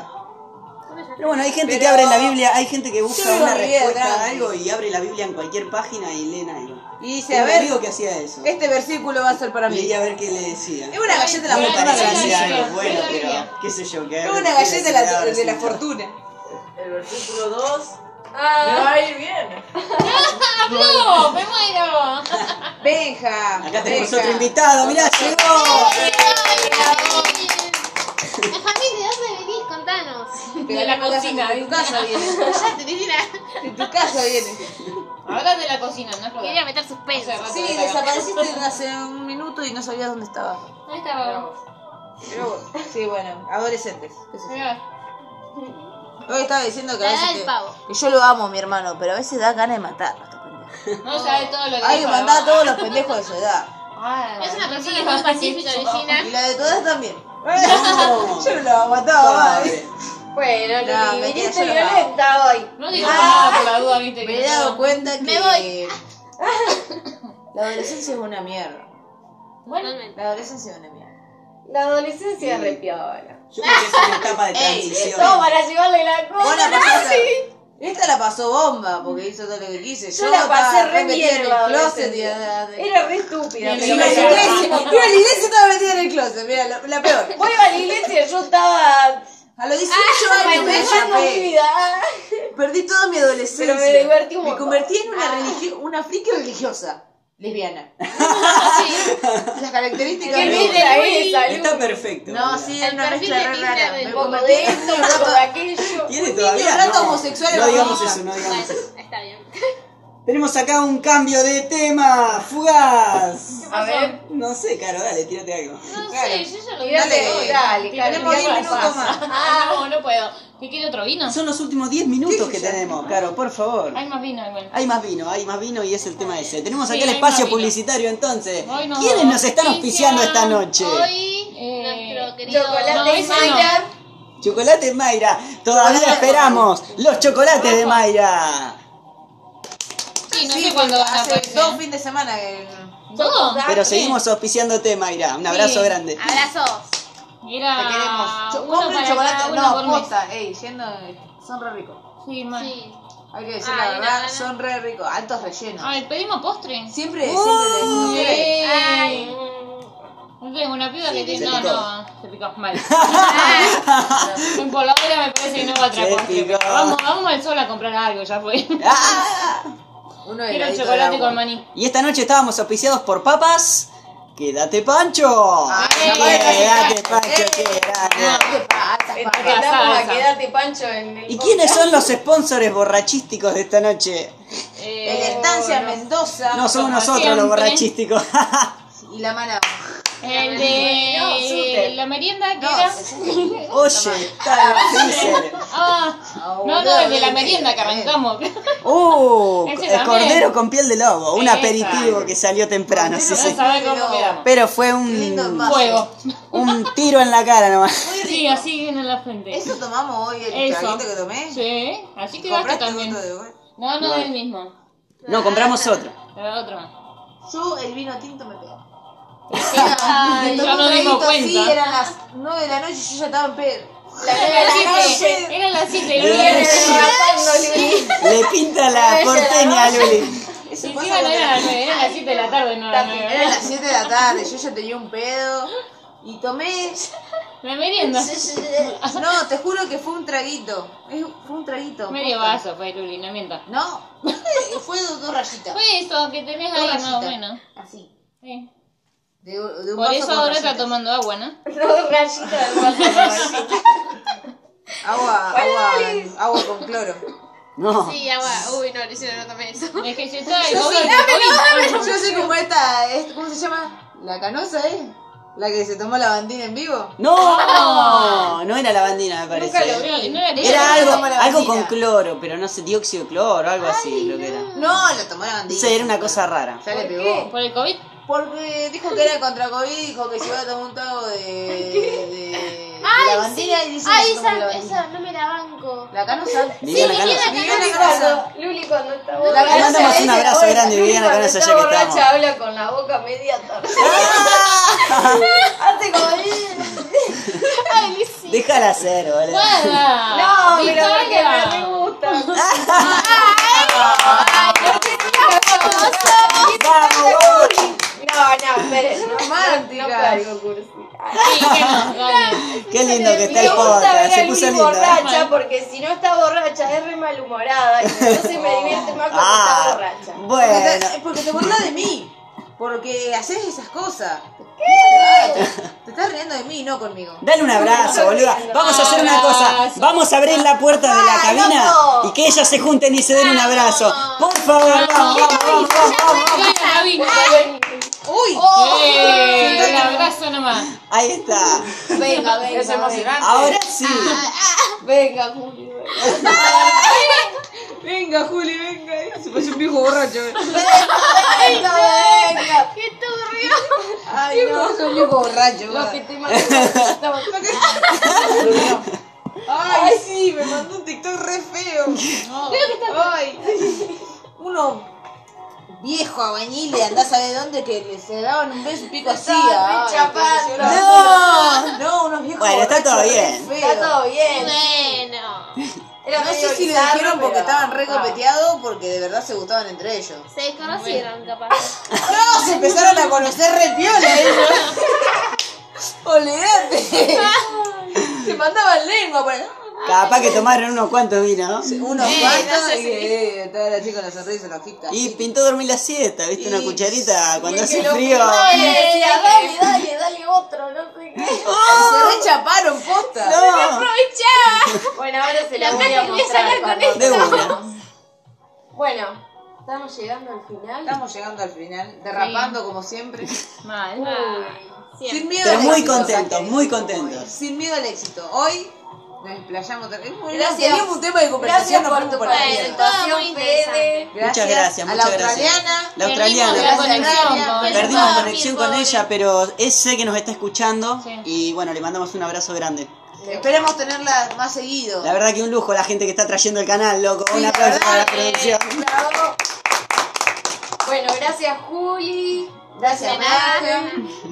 Pero bueno, hay gente que
Pero-
abre la Biblia, hay gente que busca
Yo vivo
una
mi vida
respuesta a
tranqui.
algo y abre la Biblia en cualquier página y leen algo.
Y dice,
Tengo
a
un
ver,
amigo que hacía eso.
este versículo va a ser para mí.
Leía a ver qué le decía.
Es una galleta de la
Me
Bueno,
fortuna.
parece que
la
hacía
Biblia,
algo bueno,
la Biblia.
pero qué sé yo, qué
Es
habrá-
una
qué
galleta de la,
habrá
de la
resultado.
fortuna.
El versículo 2 me
Ah,
va a ir bien.
¡No! ¡Me muero!
Benja.
Acá tenemos
Benja.
otro invitado, mirá, llegó.
Benjamín, ¿de dónde venís? Contanos.
Te ganó
la cocina,
De tu casa viene.
Cállate, Cristina.
De tu casa viene.
Hablas de la cocina, no es lo
Quería meter suspenso.
Hace rato.
Sí, desapareciste hace un minuto y no sabías dónde estaba.
¿Dónde estábamos?
Pero bueno, Sí, bueno, adolescentes. qué sé yo.
Mirá,
Hoy estaba diciendo que a
La edad
veces
del
te-
pavo.
que yo lo amo, mi hermano, pero a veces da ganas de matarlo. este pendejo.
No sabe todo lo que
Hay que
dijo,
mandar a
¿no?
todos los pendejos de su edad.
Ay,
Es una
no
persona
digas
muy pacífica,
eso.
Virginia.
Y la de todas también.
No.
Yo no lo aguantaba.
Pobre.
bueno,
No,
lo
mentira, yo
viniste
lo
violenta hoy.
No digo nada por la duda, viste.
Me
que
he dado
no.
cuenta que
Me voy.
La adolescencia es una mierda.
Bueno,
La adolescencia es una mierda.
La adolescencia es arrepiada.
Yo creo que es una etapa de
Ey,
transición.
Todo para llevarle la
Vos
cosa.
la pasaste- Esta la pasó bomba porque hizo todo lo que quise.
Yo la pasé
estaba
re
metida en
bien en
el
la
closet. y-
adolescencia. Era re estúpida.
Y
pero
la
me
iglesia,
llevaba.
mira, la iglesia estaba metida en el closet, mira, la, la peor.
Voy a la iglesia, yo estaba
A los 18 años me
manejando Ah, mi
chapé.
vida.
Perdí toda mi adolescencia.
Pero me divertí un
Me
montón.
convertí en
Ah.
una, religio- una friki religiosa. Lesbiana. Las características
Qué
me
linda
gustan.
esa,
Está
Lu.
perfecto.
No,
boluda.
sí,
El
una
perfil
mezcla
de
re
Tinder
rara.
del
Me
Un poco
convertí
de
en
esto, un poco de aquello.
Tiene todavía.
rato
no.
homosexual
No
en la
digamos
boca.
eso, no digamos eso.
Bueno, está bien.
Tenemos acá un cambio de tema. ¡Fugaz!
A ver,
No sé, Caro, dale, tírate algo.
No
Claro.
sé, yo ya lo
mirá,
Dale,
dale, dale,
Tenemos
Carlos,
diez
mirá
minutos
pasa.
más.
Ah, no, no puedo. ¿Qué quiere otro vino?
Son los últimos 10 minutos que tenemos, Caro, por favor.
Hay más vino igual.
Hay más vino, hay más vino y es el tema ese. Tenemos
Sí,
acá el
hay más
espacio
vino.
publicitario entonces.
Hoy nos
¿Quiénes nos están
Auspicia
auspiciando esta noche?
Hoy,
Eh,
nuestro querido
No,
Chocolate y
esa no.
Mayra.
Chocolate Mayra. Todavía esperamos los chocolates de Mayra.
Sí, no
Sí,
sé cuándo van a
hace
aparecer.
dos fines de semana que...
¿Dos?
Pero seguimos auspiciándote, Mayra. Un abrazo
Sí.
grande.
Abrazos.
Era
Te queremos. Cho-
Ah, uno
Compren
para
chocolate.
cada uno por
No,
mes.
posta. Ey, yendo... Son re ricos.
Sí, mal.
Sí.
Hay que decir
Ah,
Ay,
la
la
verdad.
banana.
Son re ricos. Altos rellenos.
Ay, pedimos postre.
Siempre, siempre le decimos
Sí.
que-
Ay.
Tengo una piba que tiene.
Se
No,
picó.
no, se picó mal. No, Por la hora me parece que no va a traer
Se
postre.
picó.
Vamos, vamos al sol a comprar algo, ya fue.
¡Ah!
Uno de
Quiero
heladito
chocolate
de agua.
con maní.
Y esta noche estábamos auspiciados por papas. ¡Quédate, Pancho!
Ay,
¡Quédate,
quédate,
Pancho!
eh.
¡Qué grande!
Ah, ¿Qué pasa,
Te
papá?
Tratamos a
esa.
quedarte pancho en el
¿Y quiénes son los sponsores borrachísticos de esta noche?
En
Eh,
la estancia Mendoza
No somos
Como
nosotros
siempre.
los borrachísticos.
y la mano.
Eh, El
No,
de
súper.
la merienda que
No,
era.
Oye, está difícil.
Ah, no, no,
boludo,
el de la
bien,
merienda que
bien.
arrancamos.
Uh,
Ese
el
también.
cordero con piel de lobo, un
Esa.
aperitivo que salió temprano, sí,
Cordero
sí.
con
No sabes cómo
Pero-
quedamos.
Pero fue
Qué lindo
un,
envase.
Fuego.
un tiro en la cara nomás.
Muy
Sí,
rico.
así en la frente.
Eso tomamos hoy el
Eso.
traguito que tomé.
Sí, así quedaste
Compraste
también.
otro de vos.
No, no del mismo.
No, compramos otro.
Era otro más.
Yo el vino tinto me pegó.
Ay,
Me tomé
ya
un
nos dimos
traguito así,
cuenta.
eran las 9 de la noche y yo ya estaba en pedo.
Era las 7. Era las 7 y
Bien.
Luli.
Le pinta la porteña a Luli.
Eso pasa
Encima no
cuando-
era las 9, era las 7 de la tarde, no las 9.
Eran las 7 de la tarde, yo ya tenía un pedo. Y tomé.
La merienda.
No, te juro que fue un traguito. Es- Fue un traguito.
Medio
posta.
vaso fue, Luli, no mientas.
No, fue dos, dos rayitas.
Fue eso que tenés
Dos
ahí más o
rayitas.
menos.
Así.
Sí.
De, de un
Por
vaso
eso
con
ahora
rayitas.
está tomando agua, ¿no?
Dos rayitas del vaso.
Agua, agua, agua con cloro.
No.
Sí, agua. Uy, no, Luciano, no tomé eso.
Es que yo estaba el
Yo
bobo
soy,
y te-
yo soy como esta, es- ¿cómo se llama? La canosa, ¿eh? La que se tomó la bandina en vivo.
No, no era lavandina, me parece.
No era
Era algo,
Como la
algo con
bandina.
cloro, pero no sé, dióxido de cloro, algo así creo que era.
No, la tomó la bandina.
Sí, era una cosa rara.
Ya le pegó.
por el COVID.
Porque dijo que era contra COVID, dijo que se iba a tomar un trago de, de, de la bandina y dice que
Ay,
se tomó la
esa,
bandina.
esa no me la banco.
La canosa.
Viviana
Sí,
Canosa.
Viviana
Viviana
Canosa.
Canosa.
Luli cuando está
La
borracha.
Canosa
mandamos un
dice,
abrazo
"Oye,
grande,
Luli
Viviana
cuando
Canosa,
está
ya que
borracha
estamos.
habla con la boca media torcida. Hace como...
Déjala hacer, boludo.
Nada.
No, pero
Victoria.
porque me re gusta.
¡Vamos!
No, no, esperen. No,
Romántica.
no fue algo cursi.
Sí, que nos gane.
Qué lindo que está
Me
el
gusta ver a
podcast, se puso
Luli
lindo. ¿eh?
borracha porque si no está borracha es re malhumorada. y Entonces me divierte más cuando está
Ah,
borracha.
Porque
bueno.
te, porque te burlas de mí. Porque haces esas cosas. Te estás riendo de mí, no conmigo.
Dale un abrazo, boluda. Vamos a hacer una cosa. Vamos a abrir la puerta de la cabina y que ellas se junten y se den un abrazo. Por favor, vamos, vamos, vamos, vamos, vamos.
Bueno, la vino.
Uy,
Eh, Un abrazo nomás.
Ahí está.
Venga, venga. venga.
Ahora sí.
Ah, Venga, Julio.
venga, Juli, venga. Se parece un viejo borracho. eh.
Venga, venga.
¡Qué turbio!
Ay, no, soy un viejo borracho.
Lo que te mandó.
Ay, sí, me mandó un TikTok re feo. Ay, uno viejo albañil de andás a ver dónde que le se daban un beso y pico así.
Estaba
ay,
chapando.
que yo era- No, unos viejos.
Bueno, está todo
borrachos re
bien.
feos.
Está todo bien.
Bueno.
Era
No
medio
sé si lo
bizarro,
dijeron porque
pero-
estaban re
Ah.
copeteados porque de verdad se gustaban entre ellos.
Se desconocieron, capaz.
No, se empezaron a conocer re piola ¿eh? ellos. Olvídate.
Se mandaban Ah, lengua, bueno.
Capaz que tomaron unos cuantos vinos. ¿no?
Unos
Eh,
cuantos
no sé
y
si-
eh, estaba la chica con la sonrisa en la hojita.
Y pintó dormir la siesta, ¿viste? Una
Y-
cucharita cuando
Y
hace
que lo
frío.
pintaba y le decía, eh, dale, dale, dale otro, no sé qué.
Se rechaparon posta.
No,
Bueno, ahora se la
La
voy a
Cata quería
mostrar.
sacar con
cuando-
de una.
Bueno, estamos llegando al final.
Estamos llegando al final, derrapando como siempre.
Mal.
Ah,
Sin
siempre.
miedo
Pero
al
muy
éxito,
contentos,
Cate.
muy contentos.
Sin miedo al éxito. Hoy nos explayamos. Gracias.
Gracias.
Teníamos un tema de conversación.
Gracias
nos
por
fuimos
tu
la
participación.
mierda.
Bueno, todo muy
Fede.
interesante.
Gracias,
Muchas gracias,
a la
muchas gracias.
australiana.
La
Perdimos
australiana.
la
Gracias,
conexión.
Nadia.
con-
Perdimos
Papi,
conexión con
pobre.
ella, pero es- sé que nos está escuchando.
Sí.
Y bueno, le mandamos un abrazo grande.
Esperemos tenerla más seguido.
La verdad que un lujo la gente que está trayendo el canal, loco.
Sí,
Un
la
aplauso
verdad
para la
que-
producción.
Bravo. Bueno, gracias Juli.
Gracias,
De nada.
Marce.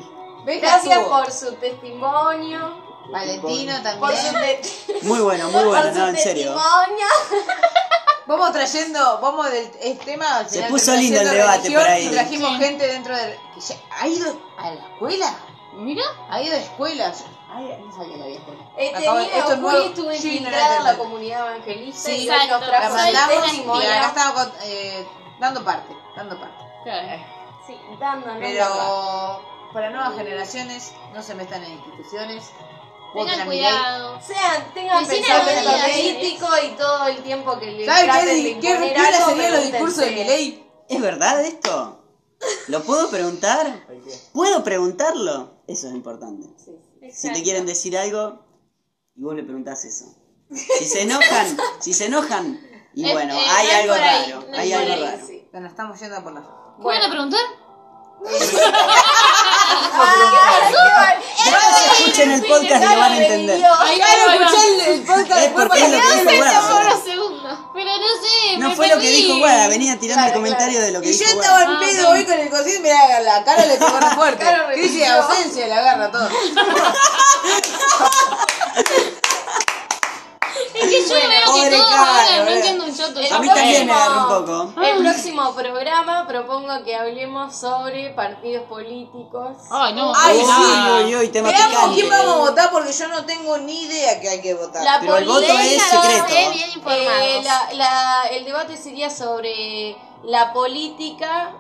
Beca
Gracias
estuvo.
por su testimonio.
Valentino
Por su,
también.
te-
Muy bueno, muy bueno,
por su
no, en serio.
testimonio.
Vamos trayendo, vamos del el tema. Al
Se
final
puso
terminó
lindo el
siendo
debate
religión
por ahí.
y Trajimos gente dentro del. que ya- ¿Ha ido a la escuela?
Mira.
¿Ha ido a escuelas? Ay, no sabía que había escuela.
Este
Acabo-
día
esto es
Juli
nuevo.
estuvo
Sí,
infiltrada en la
no, no, no.
comunidad evangelista
Sí,
y hoy nos
exacto.
trajo
La
su
mandamos y
testimonio,
acá estaba con- eh, dando parte, dando parte.
Sí.
dándonos la paz.
Pero para nuevas generaciones, no se metan en instituciones. voten a
Tengan
Milei.
cuidado.
Sean, tengan
Decile
pensamiento
a María,
crítico y todo el tiempo que le
¿Saben
traten de
qué, qué
imponer
piola
algo,
serían los
pregúntense.
discursos de Milei?
¿Es verdad esto? ¿Lo puedo preguntar?
¿Hay que-
¿Puedo preguntarlo? Eso es importante. Si te
Exacto.
quieren decir algo, y vos le preguntás eso. Si se enojan, si se enojan, y
Es-
bueno,
eh,
hay
no es
algo
por ahí,
raro,
no es
hay
por
algo
ahí,
raro.
Sí.
Nos estamos yendo por la.
¿Qué van a preguntar?
Ya que se escuchen el podcast y lo van a entender.
Ahí va, ahí va.
el podcast
Es porque es lo que dijo
Por
Guada.
unos segundos. Pero no sé.
No
me
fue lo que
perdí.
dijo Guada, venía tirando el comentario de lo que
Y yo
dijo
estaba
Guada.
Ah,
en pedo hoy con el cosito, mirá, la cara le pegó re fuerte. Crisis de ausencia, le agarra todo.
Es que yo veo que
Pobre
todo
Caro,
hablan, no
eh.
entiendo un choto.
A mí
El
también
próximo-
me agarró un poco.
El próximo programa propongo que hablemos sobre partidos políticos.
Ay, no.
Ay,
uy,
Ah.
uy, uy, tema
Veamos quién vamos a
picante.
votar porque yo no tengo ni idea que hay que votar.
La
Pero el voto
política-
es secreto.
Eh, bien informados.
Eh, la- la- el debate sería sobre la política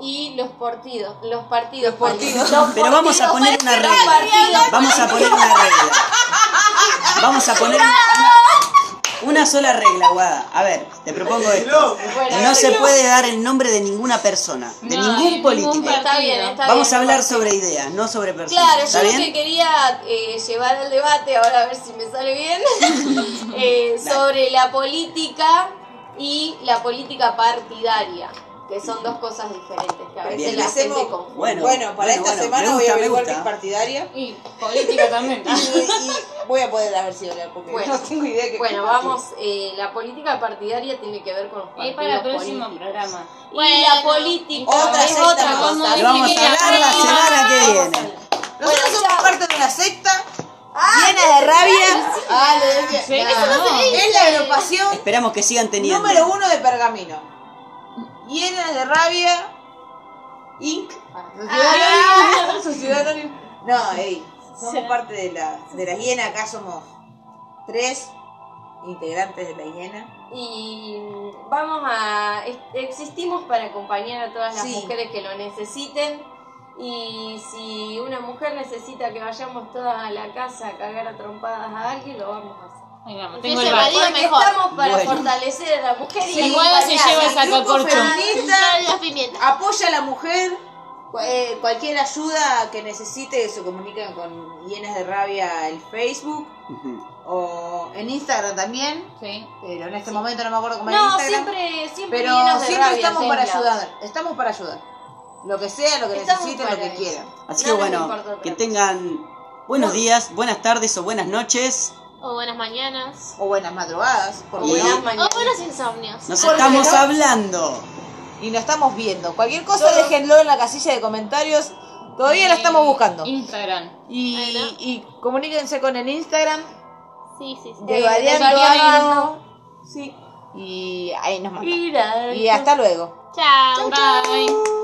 y los partidos. Los partidos.
partidos.
Los
Pero vamos a
partidos,
poner una
parece
regla.
partidos.
Vamos a poner una regla. Vamos a poner una sola regla, Guada. A ver, te propongo esto. No se puede dar el nombre de ninguna persona, de
No,
ningún político.
ningún
Está bien, está
Vamos
bien.
a hablar sobre ideas, no sobre personas.
Claro,
¿Está
yo lo que
bien?
quería eh, llevar al debate, ahora a ver si me sale bien, eh, sobre la política y la política partidaria, que son dos cosas diferentes, que a veces
Bien.
la gente
Empecemos-
confunde.
Bueno,
bueno, para
bueno,
esta
bueno, me
semana voy
gusta,
a
me
averiguar que
gusta.
es partidaria.
Y política también.
Y, y voy a poder haber sido la porque
Bueno.
no tengo idea que
Bueno, vamos, eh, la política partidaria tiene que ver con los partidos
Es para el próximo
políticos.
programa.
Y
Bueno,
la política
otra
es
secta
otra
más.
cosa.
Lo vamos a hablar la semana que
Vamos a
viene.
hablar.
Nosotros somos parte de una secta
Llena de rabia.
ah, le decía-
Sí,
nah,
eso no se
es la agrupación
Esperamos que sigan teniendo.
número uno de Pergamino. Llenas de rabia. Inc. Sociedad Anónima. Sociedad Anónima. No, ey, somos parte de la, de la hiena, acá somos tres integrantes de la hiena.
Y vamos a. es- Existimos para acompañar a todas las
Sí.
mujeres que lo necesiten. Y si una mujer necesita que vayamos todas a la casa a cagar a trompadas a alguien, lo vamos a hacer.
Ahí vamos,
Yo
tengo
se
el
la
bar.
digo
Porque
mejor.
estamos para
Bueno.
fortalecer a la mujer y
Sí, Guada se
acompañarla.
lleva el
Grupo
sacacorcho.
feminista
Yo las pimientas.
apoya a la mujer. cu- eh, cualquier ayuda que necesite se comunican con Hienas de Rabia el Facebook
Ujú.
o en Instagram también.
Sí.
Pero en este momento no me acuerdo cómo era
No,
Instagram.
siempre, siempre.
Pero
llenos de
siempre
rabia,
estamos para
todos lados.
ayudar. Estamos para ayudar. Lo que sea, lo que
Estamos
necesiten,
para
lo que
eso.
quieran.
Así
No
que
nos
bueno,
importa otra
que
cosa.
tengan buenos días, buenas tardes o buenas noches.
O buenas mañanas.
O buenas madrugadas. Porque
Buenas
no.
mañanas.
O buenos insomnios.
Nos
Porque
estamos
no.
hablando.
y nos estamos viendo. Cualquier cosa, déjenlo en la casilla de comentarios. Todavía la estamos buscando.
Instagram.
Y,
Ahí
y comuníquense con el Instagram
Sí, sí, sí.
de
Eh,
Variando
Variando.
Abajo. Sí. Y ahí nos mandan. Y hasta luego.
Chao, bye.